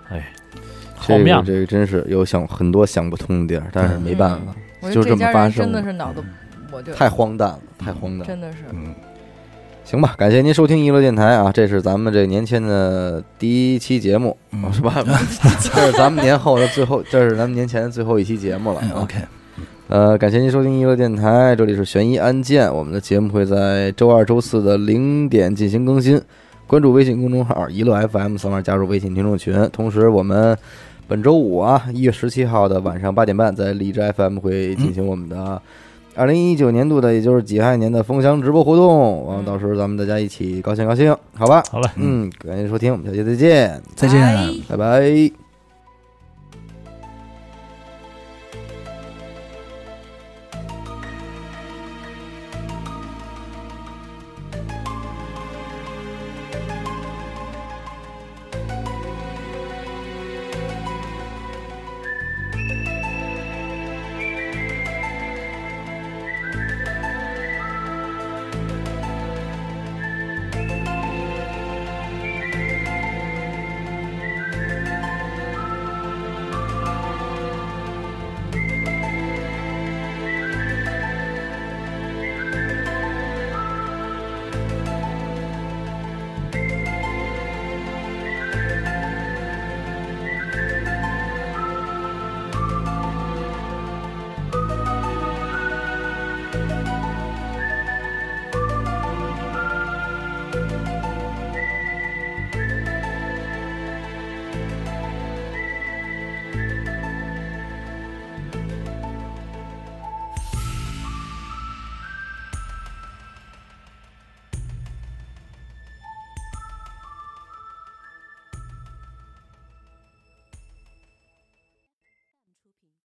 S3: 哎，好
S1: 这
S3: 面
S1: 个
S3: 子，
S1: 这个真是有想很多想不通的地儿，但是没办法，
S4: 我觉
S1: 就
S4: 得
S1: 这么
S4: 家
S1: 发
S4: 人
S1: 生
S4: 真的
S1: 了嗯
S4: 是脑子，我就
S1: 太荒诞了，太荒诞了。
S4: 真的是
S2: 嗯，
S1: 行吧，感谢您收听娱乐电台啊，这是咱们这年前的第一期节目，
S2: 嗯
S1: 是吧？ 这是咱们年后的最后，这是咱们年前的最后一期节目了
S2: 嗯
S1: 啊。
S2: ，OK，
S1: 呃，感谢您收听娱乐电台，这里是悬疑案件，我们的节目会在周二、周四的零点进行更新。关注微信公众号“娱乐 FM”，扫码加入微信听众群。同时，我们本周五啊，一月十七号的晚上八点半，在荔枝 FM 会进行我们的二零一九年度的，也就是己亥年的封箱直播活动，完了
S4: 嗯
S1: 到时候咱们大家一起高兴高兴，好吧？
S3: 好嘞。
S1: 嗯，感谢收听，我们下期再见，
S2: 再见。
S4: 拜
S1: 拜拜。